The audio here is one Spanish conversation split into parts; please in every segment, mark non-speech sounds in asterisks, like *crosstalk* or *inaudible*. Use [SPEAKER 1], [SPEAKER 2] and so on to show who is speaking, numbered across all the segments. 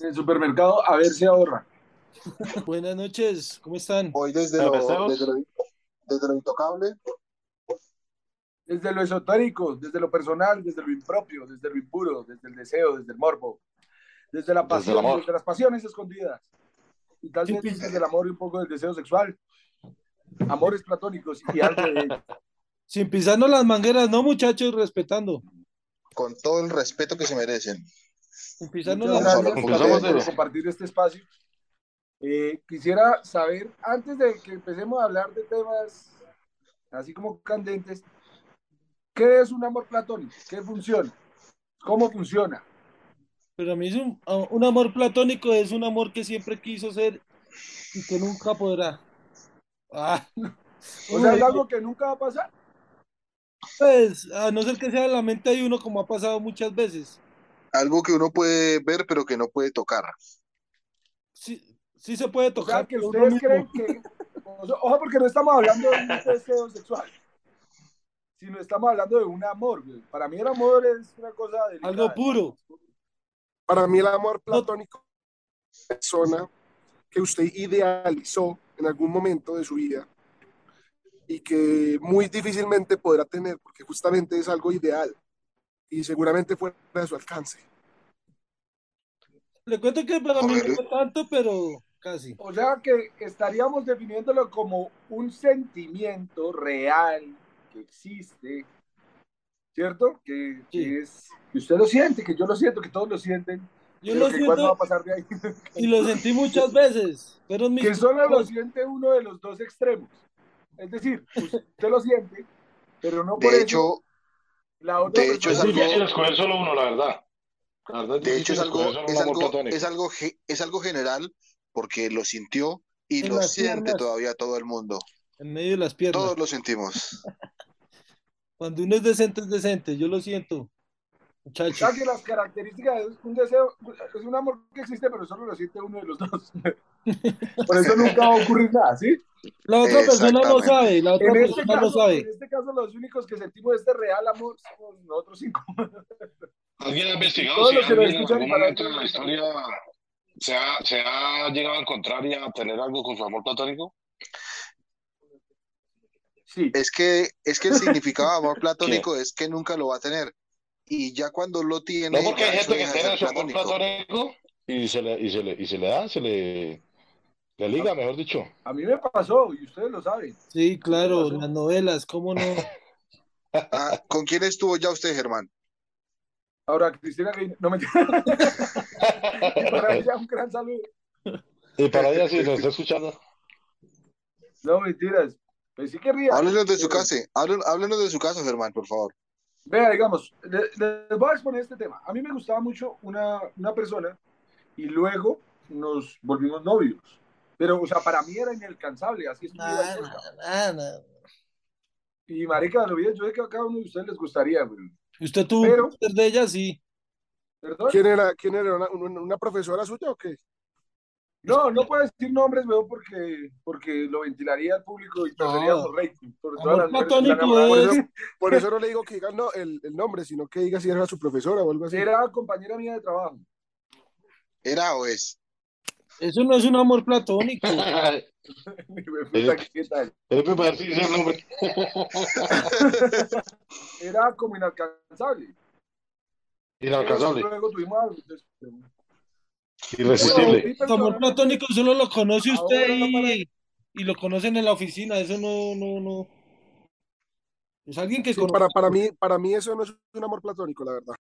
[SPEAKER 1] En el supermercado, a ver si ahorra.
[SPEAKER 2] Buenas noches, ¿cómo están?
[SPEAKER 3] Voy desde lo,
[SPEAKER 4] ¿Abrazamos?
[SPEAKER 3] desde, lo, desde lo intocable.
[SPEAKER 1] Desde lo esotérico, desde lo personal, desde lo impropio, desde lo impuro, desde el deseo, desde el morbo, desde la
[SPEAKER 4] Desde el
[SPEAKER 1] pasión, desde,
[SPEAKER 4] amor.
[SPEAKER 1] las pasiones escondidas. Y tal vez desde el amor y un poco del deseo sexual. Amores platónicos y algo de
[SPEAKER 3] *laughs*
[SPEAKER 1] ello.
[SPEAKER 2] Sin pisarnos las mangueras, no muchachos, respetando.
[SPEAKER 3] con todo el respeto que se merecen.
[SPEAKER 2] Sin pisarnos
[SPEAKER 1] Muchas
[SPEAKER 2] las
[SPEAKER 3] Vamos a
[SPEAKER 1] gracias
[SPEAKER 3] hablar
[SPEAKER 4] un poco
[SPEAKER 1] Gabriel,
[SPEAKER 4] de
[SPEAKER 1] por
[SPEAKER 4] eso.
[SPEAKER 1] compartir este espacio. Eh, quisiera saber, antes de que empecemos a hablar de temas así como candentes, ¿qué es un amor platónico? ¿Qué funciona? ¿Cómo funciona?
[SPEAKER 2] Pero a mí es un, a- un amor platónico, es un amor que siempre quiso ser y que nunca podrá. Ah,
[SPEAKER 1] O sea,
[SPEAKER 2] Uy,
[SPEAKER 1] es algo que nunca va a pasar.
[SPEAKER 2] pues, a no ser que sea la mente de uno, como ha pasado muchas veces.
[SPEAKER 3] Algo que uno puede ver, pero que no puede tocar.
[SPEAKER 2] Sí, sí se puede
[SPEAKER 1] O sea,
[SPEAKER 2] tocar.
[SPEAKER 1] que
[SPEAKER 2] pero uno
[SPEAKER 1] ustedes
[SPEAKER 2] mismo.
[SPEAKER 1] creen que... o sea, ojo, porque no estamos hablando de un deseo sexual, sino estamos hablando de un amor. güey. Para mí el amor es una cosa delicada.
[SPEAKER 2] Algo puro.
[SPEAKER 5] Para mí el amor platónico es una persona que usted idealizó en algún momento de su vida y que muy difícilmente podrá tener porque justamente es algo ideal y seguramente fuera de su alcance.
[SPEAKER 2] Le cuento que para mí no
[SPEAKER 3] Joder.
[SPEAKER 2] fue tanto, pero casi.
[SPEAKER 1] O sea que estaríamos definiéndolo como un sentimiento real que existe, ¿cierto? Que, que
[SPEAKER 2] Sí.
[SPEAKER 1] es que usted lo siente, que yo lo siento, que todos lo sienten.
[SPEAKER 2] Yo
[SPEAKER 1] pero
[SPEAKER 2] lo
[SPEAKER 1] que igual no va
[SPEAKER 2] siento
[SPEAKER 1] a pasar de ahí.
[SPEAKER 2] y lo sentí muchas veces. Fueron mis *laughs*
[SPEAKER 1] Que solo
[SPEAKER 2] Pues
[SPEAKER 1] lo siente uno de los dos extremos. Es decir, pues,
[SPEAKER 2] *laughs*
[SPEAKER 1] usted lo siente, pero no por
[SPEAKER 3] De
[SPEAKER 1] eso
[SPEAKER 3] hecho,
[SPEAKER 1] la otra
[SPEAKER 3] de hecho, es
[SPEAKER 1] persona-
[SPEAKER 4] Es
[SPEAKER 3] algo-
[SPEAKER 4] difícil escoger solo uno, la verdad. La verdad es
[SPEAKER 3] de hecho es
[SPEAKER 4] difícil
[SPEAKER 3] algo,
[SPEAKER 4] escoger solo un
[SPEAKER 3] es
[SPEAKER 4] amor
[SPEAKER 3] algo,
[SPEAKER 4] platónico.
[SPEAKER 3] es algo, ge- es algo general porque lo sintió y
[SPEAKER 2] En
[SPEAKER 3] lo
[SPEAKER 2] las
[SPEAKER 3] siente
[SPEAKER 2] piernas.
[SPEAKER 3] todavía todo el mundo.
[SPEAKER 2] en medio de las piernas.
[SPEAKER 3] Todos lo sentimos.
[SPEAKER 2] Cuando uno es decente, es decente. Yo lo siento.
[SPEAKER 1] O sea
[SPEAKER 2] Muchachos.
[SPEAKER 1] que las características es un deseo, es un amor que existe, pero solo lo siente uno de
[SPEAKER 3] *laughs*
[SPEAKER 1] los dos. Por eso nunca va a ocurrir nada, ¿sí?
[SPEAKER 2] La otra persona lo
[SPEAKER 3] Exactamente.
[SPEAKER 2] sabe. La *laughs* otra
[SPEAKER 1] En este,
[SPEAKER 2] persona lo
[SPEAKER 1] caso, en
[SPEAKER 2] sabe.
[SPEAKER 1] este caso, los únicos que sentimos este real amor somos nosotros cinco. *laughs*
[SPEAKER 4] ¿Alguien ha investigado
[SPEAKER 1] Todos
[SPEAKER 4] si
[SPEAKER 1] los que lo
[SPEAKER 4] alguien en
[SPEAKER 1] escuchan
[SPEAKER 4] algún
[SPEAKER 1] para
[SPEAKER 4] momento de
[SPEAKER 1] ellos.
[SPEAKER 4] la historia se ha, se ha llegado a encontrar y a tener algo con su amor platónico?
[SPEAKER 1] Sí.
[SPEAKER 3] Es que, es que el significado de
[SPEAKER 4] *laughs*
[SPEAKER 3] amor platónico es que nunca lo va a tener. Y ya cuando lo tiene,
[SPEAKER 4] No, porque
[SPEAKER 3] ya
[SPEAKER 4] hay
[SPEAKER 3] eso
[SPEAKER 4] gente que
[SPEAKER 3] deja de ser
[SPEAKER 4] tiene su amor
[SPEAKER 3] platónico.
[SPEAKER 4] platónico y se le, y se le, y se le da, se le, le
[SPEAKER 3] Ah.
[SPEAKER 4] liga,
[SPEAKER 3] *laughs*
[SPEAKER 4] mejor dicho.
[SPEAKER 1] A mí me pasó, y ustedes lo saben.
[SPEAKER 2] Sí, claro. Las novelas,
[SPEAKER 1] *laughs*
[SPEAKER 2] ¿cómo no?
[SPEAKER 3] Ah, ¿Con quién estuvo ya usted, Germán?
[SPEAKER 1] Ahora, Cristina, que
[SPEAKER 3] *laughs*
[SPEAKER 1] no me *laughs* para ella un gran saludo.
[SPEAKER 4] *laughs* Y para ella, si nos
[SPEAKER 3] *laughs*
[SPEAKER 4] está escuchando,
[SPEAKER 1] No, mentiras. Pues sí querría.
[SPEAKER 3] Háblenos de su caso, háblen- háblenos de su caso, Germán, por favor.
[SPEAKER 1] Vea, digamos, le- le- les voy a exponer este tema. A mí me gustaba mucho una, una persona y luego nos volvimos novios. Pero, o sea, para mí era inalcanzable, así estuviera
[SPEAKER 2] Nah,
[SPEAKER 1] cerca.
[SPEAKER 2] nah, nah.
[SPEAKER 1] Y marica, lo vi, yo sé que a cada uno de ustedes les gustaría, güey.
[SPEAKER 2] Usted tuvo
[SPEAKER 1] Pero-
[SPEAKER 2] un placer de ella, sí.
[SPEAKER 1] ¿Perdón?
[SPEAKER 5] *laughs* ¿Quién era, quién era una, una- una profesora suya o qué?
[SPEAKER 1] No, no puedo decir nombres, weón, porque, porque lo ventilaría al público y perderíamos rating. Por todas las
[SPEAKER 2] Amor
[SPEAKER 1] mujeres que se han
[SPEAKER 2] platónico
[SPEAKER 1] enamorado.
[SPEAKER 2] es-
[SPEAKER 5] Por eso no le digo que diga no, el, el nombre, sino que diga si era su profesora o algo así.
[SPEAKER 1] Era compañera mía de trabajo. *laughs*
[SPEAKER 3] ¿Era o es?
[SPEAKER 2] Eso no es un amor platónico.
[SPEAKER 4] él
[SPEAKER 1] Mi puta, ¿qué tal?
[SPEAKER 4] me parece que dice el nombre.
[SPEAKER 1] Era como inalcanzable.
[SPEAKER 4] Inalcanzable,
[SPEAKER 1] Luego tuvimos algo. entonces,
[SPEAKER 4] irresistible.
[SPEAKER 1] bueno, mi
[SPEAKER 2] El amor
[SPEAKER 1] persona-
[SPEAKER 2] platónico solo lo conoce usted
[SPEAKER 1] Ahora no para-
[SPEAKER 2] y, y lo conocen en la oficina. Eso no, no, no. Es alguien que
[SPEAKER 5] Sí,
[SPEAKER 2] conoce.
[SPEAKER 5] para, para, mí, para mí eso no es un amor platónico, la verdad.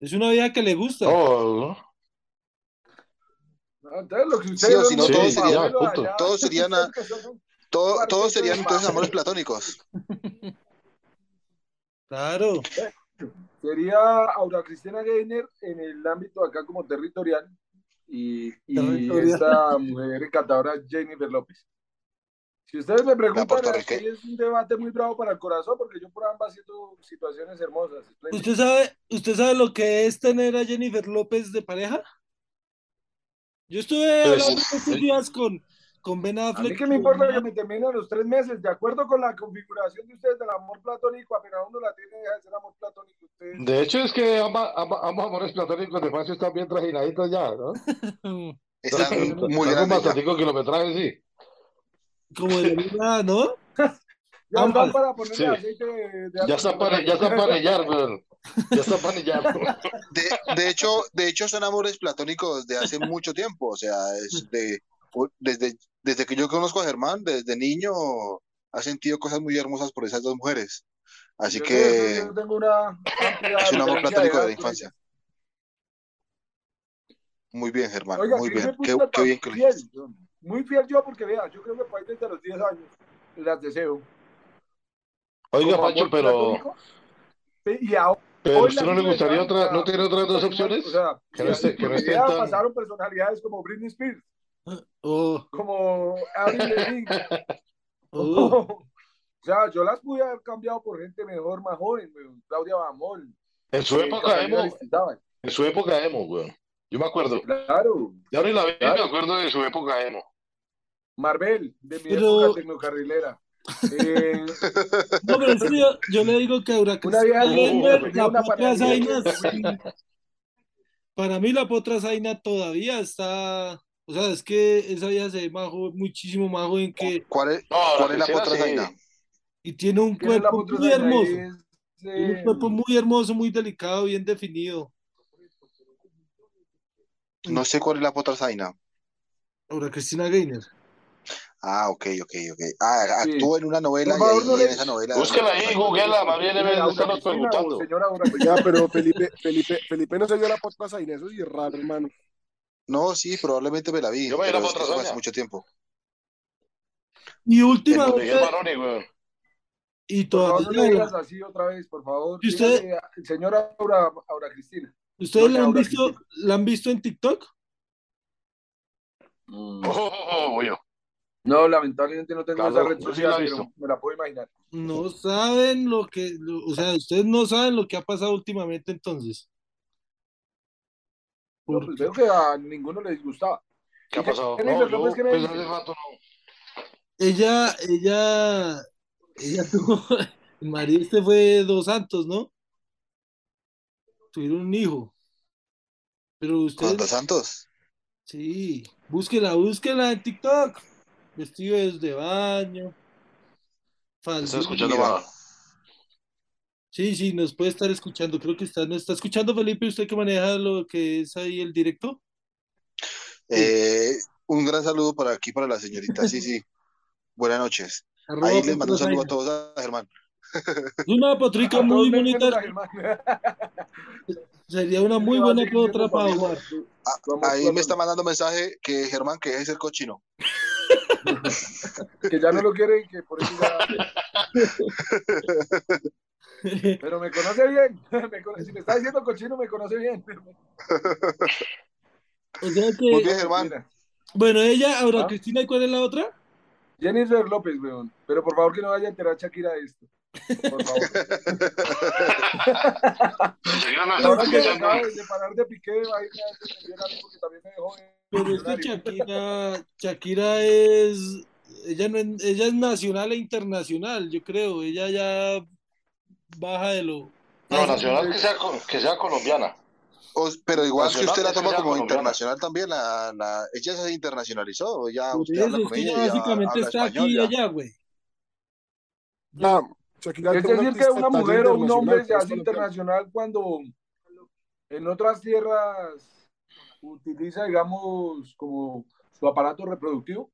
[SPEAKER 2] Es una vida que le gusta.
[SPEAKER 4] Oh,
[SPEAKER 1] Ah, Entonces, lo que
[SPEAKER 3] Sí o
[SPEAKER 1] ustedes
[SPEAKER 3] si no,
[SPEAKER 1] son
[SPEAKER 3] todos
[SPEAKER 1] los
[SPEAKER 3] serían-
[SPEAKER 1] abuelos
[SPEAKER 4] punto.
[SPEAKER 1] allá,
[SPEAKER 3] todos serían a-
[SPEAKER 1] ustedes son-
[SPEAKER 3] Todo-
[SPEAKER 1] Parte
[SPEAKER 3] todos
[SPEAKER 1] de
[SPEAKER 3] serían entonces
[SPEAKER 1] papel.
[SPEAKER 3] amores platónicos.
[SPEAKER 2] Claro.
[SPEAKER 1] Sería Aura Cristina Gainer en el ámbito acá como territorial y, y
[SPEAKER 2] Territorial.
[SPEAKER 1] esta mujer encantadora Jennifer López. Si ustedes me preguntan,
[SPEAKER 3] puertorrique-
[SPEAKER 1] ahí es un debate muy bravo para el corazón porque yo por ambas siento situaciones hermosas.
[SPEAKER 2] ¿Usted sabe, ¿Usted sabe lo que es tener a Jennifer López de pareja? Yo estuve
[SPEAKER 4] Pues,
[SPEAKER 2] hablando estos días con, con Ben
[SPEAKER 1] A
[SPEAKER 2] Affleck.
[SPEAKER 1] mí que me importa que
[SPEAKER 2] *laughs*
[SPEAKER 1] me termine a los tres meses, de acuerdo con la configuración de ustedes del amor platónico, apenas uno la tiene, deja de ser amor platónico. Ustedes,
[SPEAKER 4] De hecho, es que ambas, ambas, ambos amores platónicos de Facio están bien trajinaditos ya, ¿no?
[SPEAKER 6] Están muy
[SPEAKER 4] Están con
[SPEAKER 6] grandes. ya.
[SPEAKER 4] bastantico kilometraje, sí.
[SPEAKER 2] Como de la vida, ¿no?
[SPEAKER 1] ya
[SPEAKER 2] ambas.
[SPEAKER 1] están para ponerle
[SPEAKER 4] Sí.
[SPEAKER 1] aceite de, de
[SPEAKER 4] Ya está para, ya está para anillar, weón. Ya está para
[SPEAKER 1] *laughs*
[SPEAKER 4] anillar.
[SPEAKER 6] De, de hecho, de hecho, son amores platónicos de
[SPEAKER 1] *laughs*
[SPEAKER 6] hace mucho tiempo. O sea, es de- desde, desde que yo conozco a Germán, desde niño, ha sentido cosas muy hermosas por esas dos mujeres. Así
[SPEAKER 1] Yo
[SPEAKER 6] que
[SPEAKER 1] sé, yo tengo una amplia
[SPEAKER 6] es un amor
[SPEAKER 1] diferencia
[SPEAKER 6] platónico
[SPEAKER 1] edad
[SPEAKER 6] de la
[SPEAKER 1] con
[SPEAKER 6] infancia.
[SPEAKER 1] ellas.
[SPEAKER 6] Muy bien, Germán,
[SPEAKER 1] Oiga,
[SPEAKER 6] muy
[SPEAKER 1] que hijo
[SPEAKER 6] bien.
[SPEAKER 1] de
[SPEAKER 6] Qué,
[SPEAKER 1] puta,
[SPEAKER 6] qué bien que lo
[SPEAKER 1] fiel,
[SPEAKER 6] hiciste.
[SPEAKER 1] yo. Muy fiel yo, porque vea, yo creo que para ahí desde los 10 años las deseo.
[SPEAKER 4] Oiga,
[SPEAKER 1] Como
[SPEAKER 4] Pacho,
[SPEAKER 1] amor
[SPEAKER 4] pero,
[SPEAKER 1] platónico. Sí, Y ahora,
[SPEAKER 4] pero
[SPEAKER 1] Hoy
[SPEAKER 4] ¿usted
[SPEAKER 1] la
[SPEAKER 4] no le
[SPEAKER 1] vida
[SPEAKER 4] gustaría
[SPEAKER 1] está-
[SPEAKER 4] otra, no tiene otras dos opciones?
[SPEAKER 1] o sea,
[SPEAKER 4] Que no
[SPEAKER 1] ya-
[SPEAKER 4] esté- que no
[SPEAKER 1] ya
[SPEAKER 4] estén tan-
[SPEAKER 1] pasaron personalidades como Britney Spears,
[SPEAKER 2] Oh,
[SPEAKER 1] como Avril Lavigne,
[SPEAKER 4] *laughs*
[SPEAKER 1] *laughs*
[SPEAKER 2] oh.
[SPEAKER 1] O sea, yo las pude haber cambiado por gente mejor, más joven, weón. Claudia Bamón.
[SPEAKER 4] En su
[SPEAKER 1] eh,
[SPEAKER 4] época
[SPEAKER 1] Catalina
[SPEAKER 4] emo,
[SPEAKER 1] Aristizábal.
[SPEAKER 4] en su época emo, weón. Yo me acuerdo.
[SPEAKER 1] Claro,
[SPEAKER 4] Ya ni la vi,
[SPEAKER 1] Claro.
[SPEAKER 4] me acuerdo de su época emo.
[SPEAKER 1] Marvel, de mi
[SPEAKER 2] Pero-
[SPEAKER 1] época tecnocarrilera.
[SPEAKER 2] *laughs*
[SPEAKER 1] Eh,
[SPEAKER 2] No, pero en serio, yo le digo que Huracán
[SPEAKER 1] Una vieja que
[SPEAKER 2] Denver,
[SPEAKER 1] tenía
[SPEAKER 2] la
[SPEAKER 1] una
[SPEAKER 2] potra
[SPEAKER 1] panadería.
[SPEAKER 2] Zaina, sí. para mí la potra Zaina todavía está, o sea, es que esa vida se ve más joven- muchísimo más joven que,
[SPEAKER 6] ¿Cuál es,
[SPEAKER 4] No,
[SPEAKER 6] cuál es la
[SPEAKER 4] Rosicela
[SPEAKER 6] potra
[SPEAKER 4] sí.
[SPEAKER 6] Zaina?
[SPEAKER 2] y tiene un
[SPEAKER 1] ¿quién es la
[SPEAKER 2] cuerpo
[SPEAKER 1] otra
[SPEAKER 2] muy
[SPEAKER 1] Zaina?
[SPEAKER 2] hermoso,
[SPEAKER 1] Es, eh,
[SPEAKER 2] tiene un cuerpo muy hermoso, muy delicado, bien definido.
[SPEAKER 6] No sé cuál es la potra Zaina.
[SPEAKER 2] Ahora Cristina Gaynor.
[SPEAKER 6] Ah, ok, ok, ok. Ah,
[SPEAKER 1] Sí.
[SPEAKER 6] actuó en una novela
[SPEAKER 1] Por
[SPEAKER 6] y,
[SPEAKER 1] favor,
[SPEAKER 6] ahí-
[SPEAKER 1] no
[SPEAKER 6] y en
[SPEAKER 1] le-
[SPEAKER 6] esa novela.
[SPEAKER 4] Búscala ahí, googlea, más bien
[SPEAKER 1] ¿Señora
[SPEAKER 4] le
[SPEAKER 1] Aura Cristina
[SPEAKER 4] estamos
[SPEAKER 1] o
[SPEAKER 4] preguntando.
[SPEAKER 1] señora Aura Cristina?
[SPEAKER 5] Ya, pero Felipe, Felipe, Felipe no se dio la potra Zaina, eso sí es raro, hermano.
[SPEAKER 6] No, sí, probablemente me la vi,
[SPEAKER 4] Yo me vi
[SPEAKER 6] pero
[SPEAKER 4] la
[SPEAKER 6] es que
[SPEAKER 4] potra
[SPEAKER 6] eso fue hace
[SPEAKER 4] Zaina.
[SPEAKER 6] mucho tiempo.
[SPEAKER 2] Y
[SPEAKER 4] Lo
[SPEAKER 2] últimamente,
[SPEAKER 4] dije Maroni, weón.
[SPEAKER 2] y
[SPEAKER 1] Por favor, no le
[SPEAKER 2] todavía,
[SPEAKER 1] digas así otra vez, por favor.
[SPEAKER 2] ¿Y usted?
[SPEAKER 1] Dígale a- Señora Aura, Aura Cristina.
[SPEAKER 2] ¿ustedes la
[SPEAKER 1] Doña
[SPEAKER 2] han
[SPEAKER 1] Aura
[SPEAKER 2] visto, la han visto en TikTok?
[SPEAKER 4] Oh, oh, oh, yo.
[SPEAKER 1] No, lamentablemente no tengo
[SPEAKER 4] Claro,
[SPEAKER 1] esa red
[SPEAKER 4] yo sí
[SPEAKER 1] social,
[SPEAKER 4] la he
[SPEAKER 1] pero
[SPEAKER 4] visto.
[SPEAKER 1] me la puedo imaginar.
[SPEAKER 2] No saben lo que, lo- o sea, ustedes no saben lo que ha pasado últimamente entonces.
[SPEAKER 1] No,
[SPEAKER 2] Porque-
[SPEAKER 1] pues veo que a ninguno les gustaba.
[SPEAKER 4] ¿Qué ha pasado?
[SPEAKER 1] ¿Qué
[SPEAKER 4] No,
[SPEAKER 1] dices,
[SPEAKER 4] yo,
[SPEAKER 1] López? ¿Qué me
[SPEAKER 4] pues
[SPEAKER 1] dices?
[SPEAKER 4] hace rato no.
[SPEAKER 2] Ella, ella, ella tuvo, *laughs* el marido este fue Dos Santos, ¿no? Tuvieron un hijo. Pero
[SPEAKER 6] ¿Con
[SPEAKER 2] ustedes,
[SPEAKER 6] Dos Santos?
[SPEAKER 2] sí, búsquela, búsquela en TikTok. Vestidos de baño.
[SPEAKER 4] Está
[SPEAKER 2] faldita.
[SPEAKER 4] escuchando
[SPEAKER 6] Mira.
[SPEAKER 4] para.
[SPEAKER 2] Sí, sí, nos puede estar escuchando. Creo que está, nos está escuchando Felipe, usted que maneja lo que es ahí el directo.
[SPEAKER 6] Eh, un gran saludo para aquí, para la
[SPEAKER 2] *laughs*
[SPEAKER 6] señorita. Sí, sí. Buenas noches. Ahí les mando un saludo a todos, a Germán.
[SPEAKER 2] Es una potrica
[SPEAKER 1] A
[SPEAKER 2] muy
[SPEAKER 1] todos menos
[SPEAKER 2] bonita.
[SPEAKER 1] a Germán.
[SPEAKER 2] Sería
[SPEAKER 1] *laughs*
[SPEAKER 2] una muy
[SPEAKER 1] Yo
[SPEAKER 2] buena
[SPEAKER 1] así que
[SPEAKER 2] potra
[SPEAKER 1] siendo tu
[SPEAKER 2] para
[SPEAKER 1] amigo,
[SPEAKER 2] jugar.
[SPEAKER 1] tu-
[SPEAKER 6] Ah,
[SPEAKER 1] tu amor
[SPEAKER 6] Ahí me
[SPEAKER 1] platónico.
[SPEAKER 6] está mandando mensaje que Germán, que deje de ser cochino.
[SPEAKER 1] Que ya no lo quieren, que por eso ya... Pero me conoce bien. *laughs* Me conoce- Si me está diciendo cochino, me conoce bien.
[SPEAKER 2] *laughs* O sea
[SPEAKER 6] Muy
[SPEAKER 2] que,
[SPEAKER 6] bien, Germán.
[SPEAKER 1] Mira,
[SPEAKER 2] bueno, ella, ahora
[SPEAKER 1] ¿Ah?
[SPEAKER 2] Cristina, ¿y cuál es la otra?
[SPEAKER 1] Jennifer López, weón. Pero por favor que no vaya a enterar Shakira de esto. Por favor.
[SPEAKER 5] *laughs*
[SPEAKER 4] Señora, no
[SPEAKER 1] Ahora que me
[SPEAKER 4] está escuchando.
[SPEAKER 1] acabo de separar de Piqué, va a ir a defender a mí porque también me dejó en-
[SPEAKER 2] Pero es que Shakira, Shakira es, ella no es, ella es nacional e internacional, yo creo. Ella ya baja de lo.
[SPEAKER 4] No, nacional que sea, col- que sea colombiana.
[SPEAKER 6] Os- pero igual que
[SPEAKER 4] Nacional,
[SPEAKER 6] usted la
[SPEAKER 4] es que
[SPEAKER 6] toma
[SPEAKER 4] sea
[SPEAKER 6] como
[SPEAKER 4] colombiana.
[SPEAKER 6] internacional también, la, la- ella se internacionalizó. Ya
[SPEAKER 2] Por
[SPEAKER 6] usted
[SPEAKER 2] eso,
[SPEAKER 6] habla
[SPEAKER 2] es
[SPEAKER 6] con
[SPEAKER 2] que
[SPEAKER 6] ella,
[SPEAKER 2] ella
[SPEAKER 6] y ya
[SPEAKER 2] básicamente
[SPEAKER 6] habla
[SPEAKER 2] está
[SPEAKER 6] español.
[SPEAKER 2] aquí y
[SPEAKER 6] ya.
[SPEAKER 2] allá, güey. *laughs*
[SPEAKER 5] Ya, Shakira
[SPEAKER 1] este Es
[SPEAKER 5] fue una
[SPEAKER 1] decir, que
[SPEAKER 5] artista
[SPEAKER 1] una
[SPEAKER 5] tan
[SPEAKER 1] mujer o un hombre
[SPEAKER 5] internacional,
[SPEAKER 1] se hace
[SPEAKER 5] pues, colombiana.
[SPEAKER 1] internacional cuando en otras tierras utiliza, digamos, como su aparato reproductivo.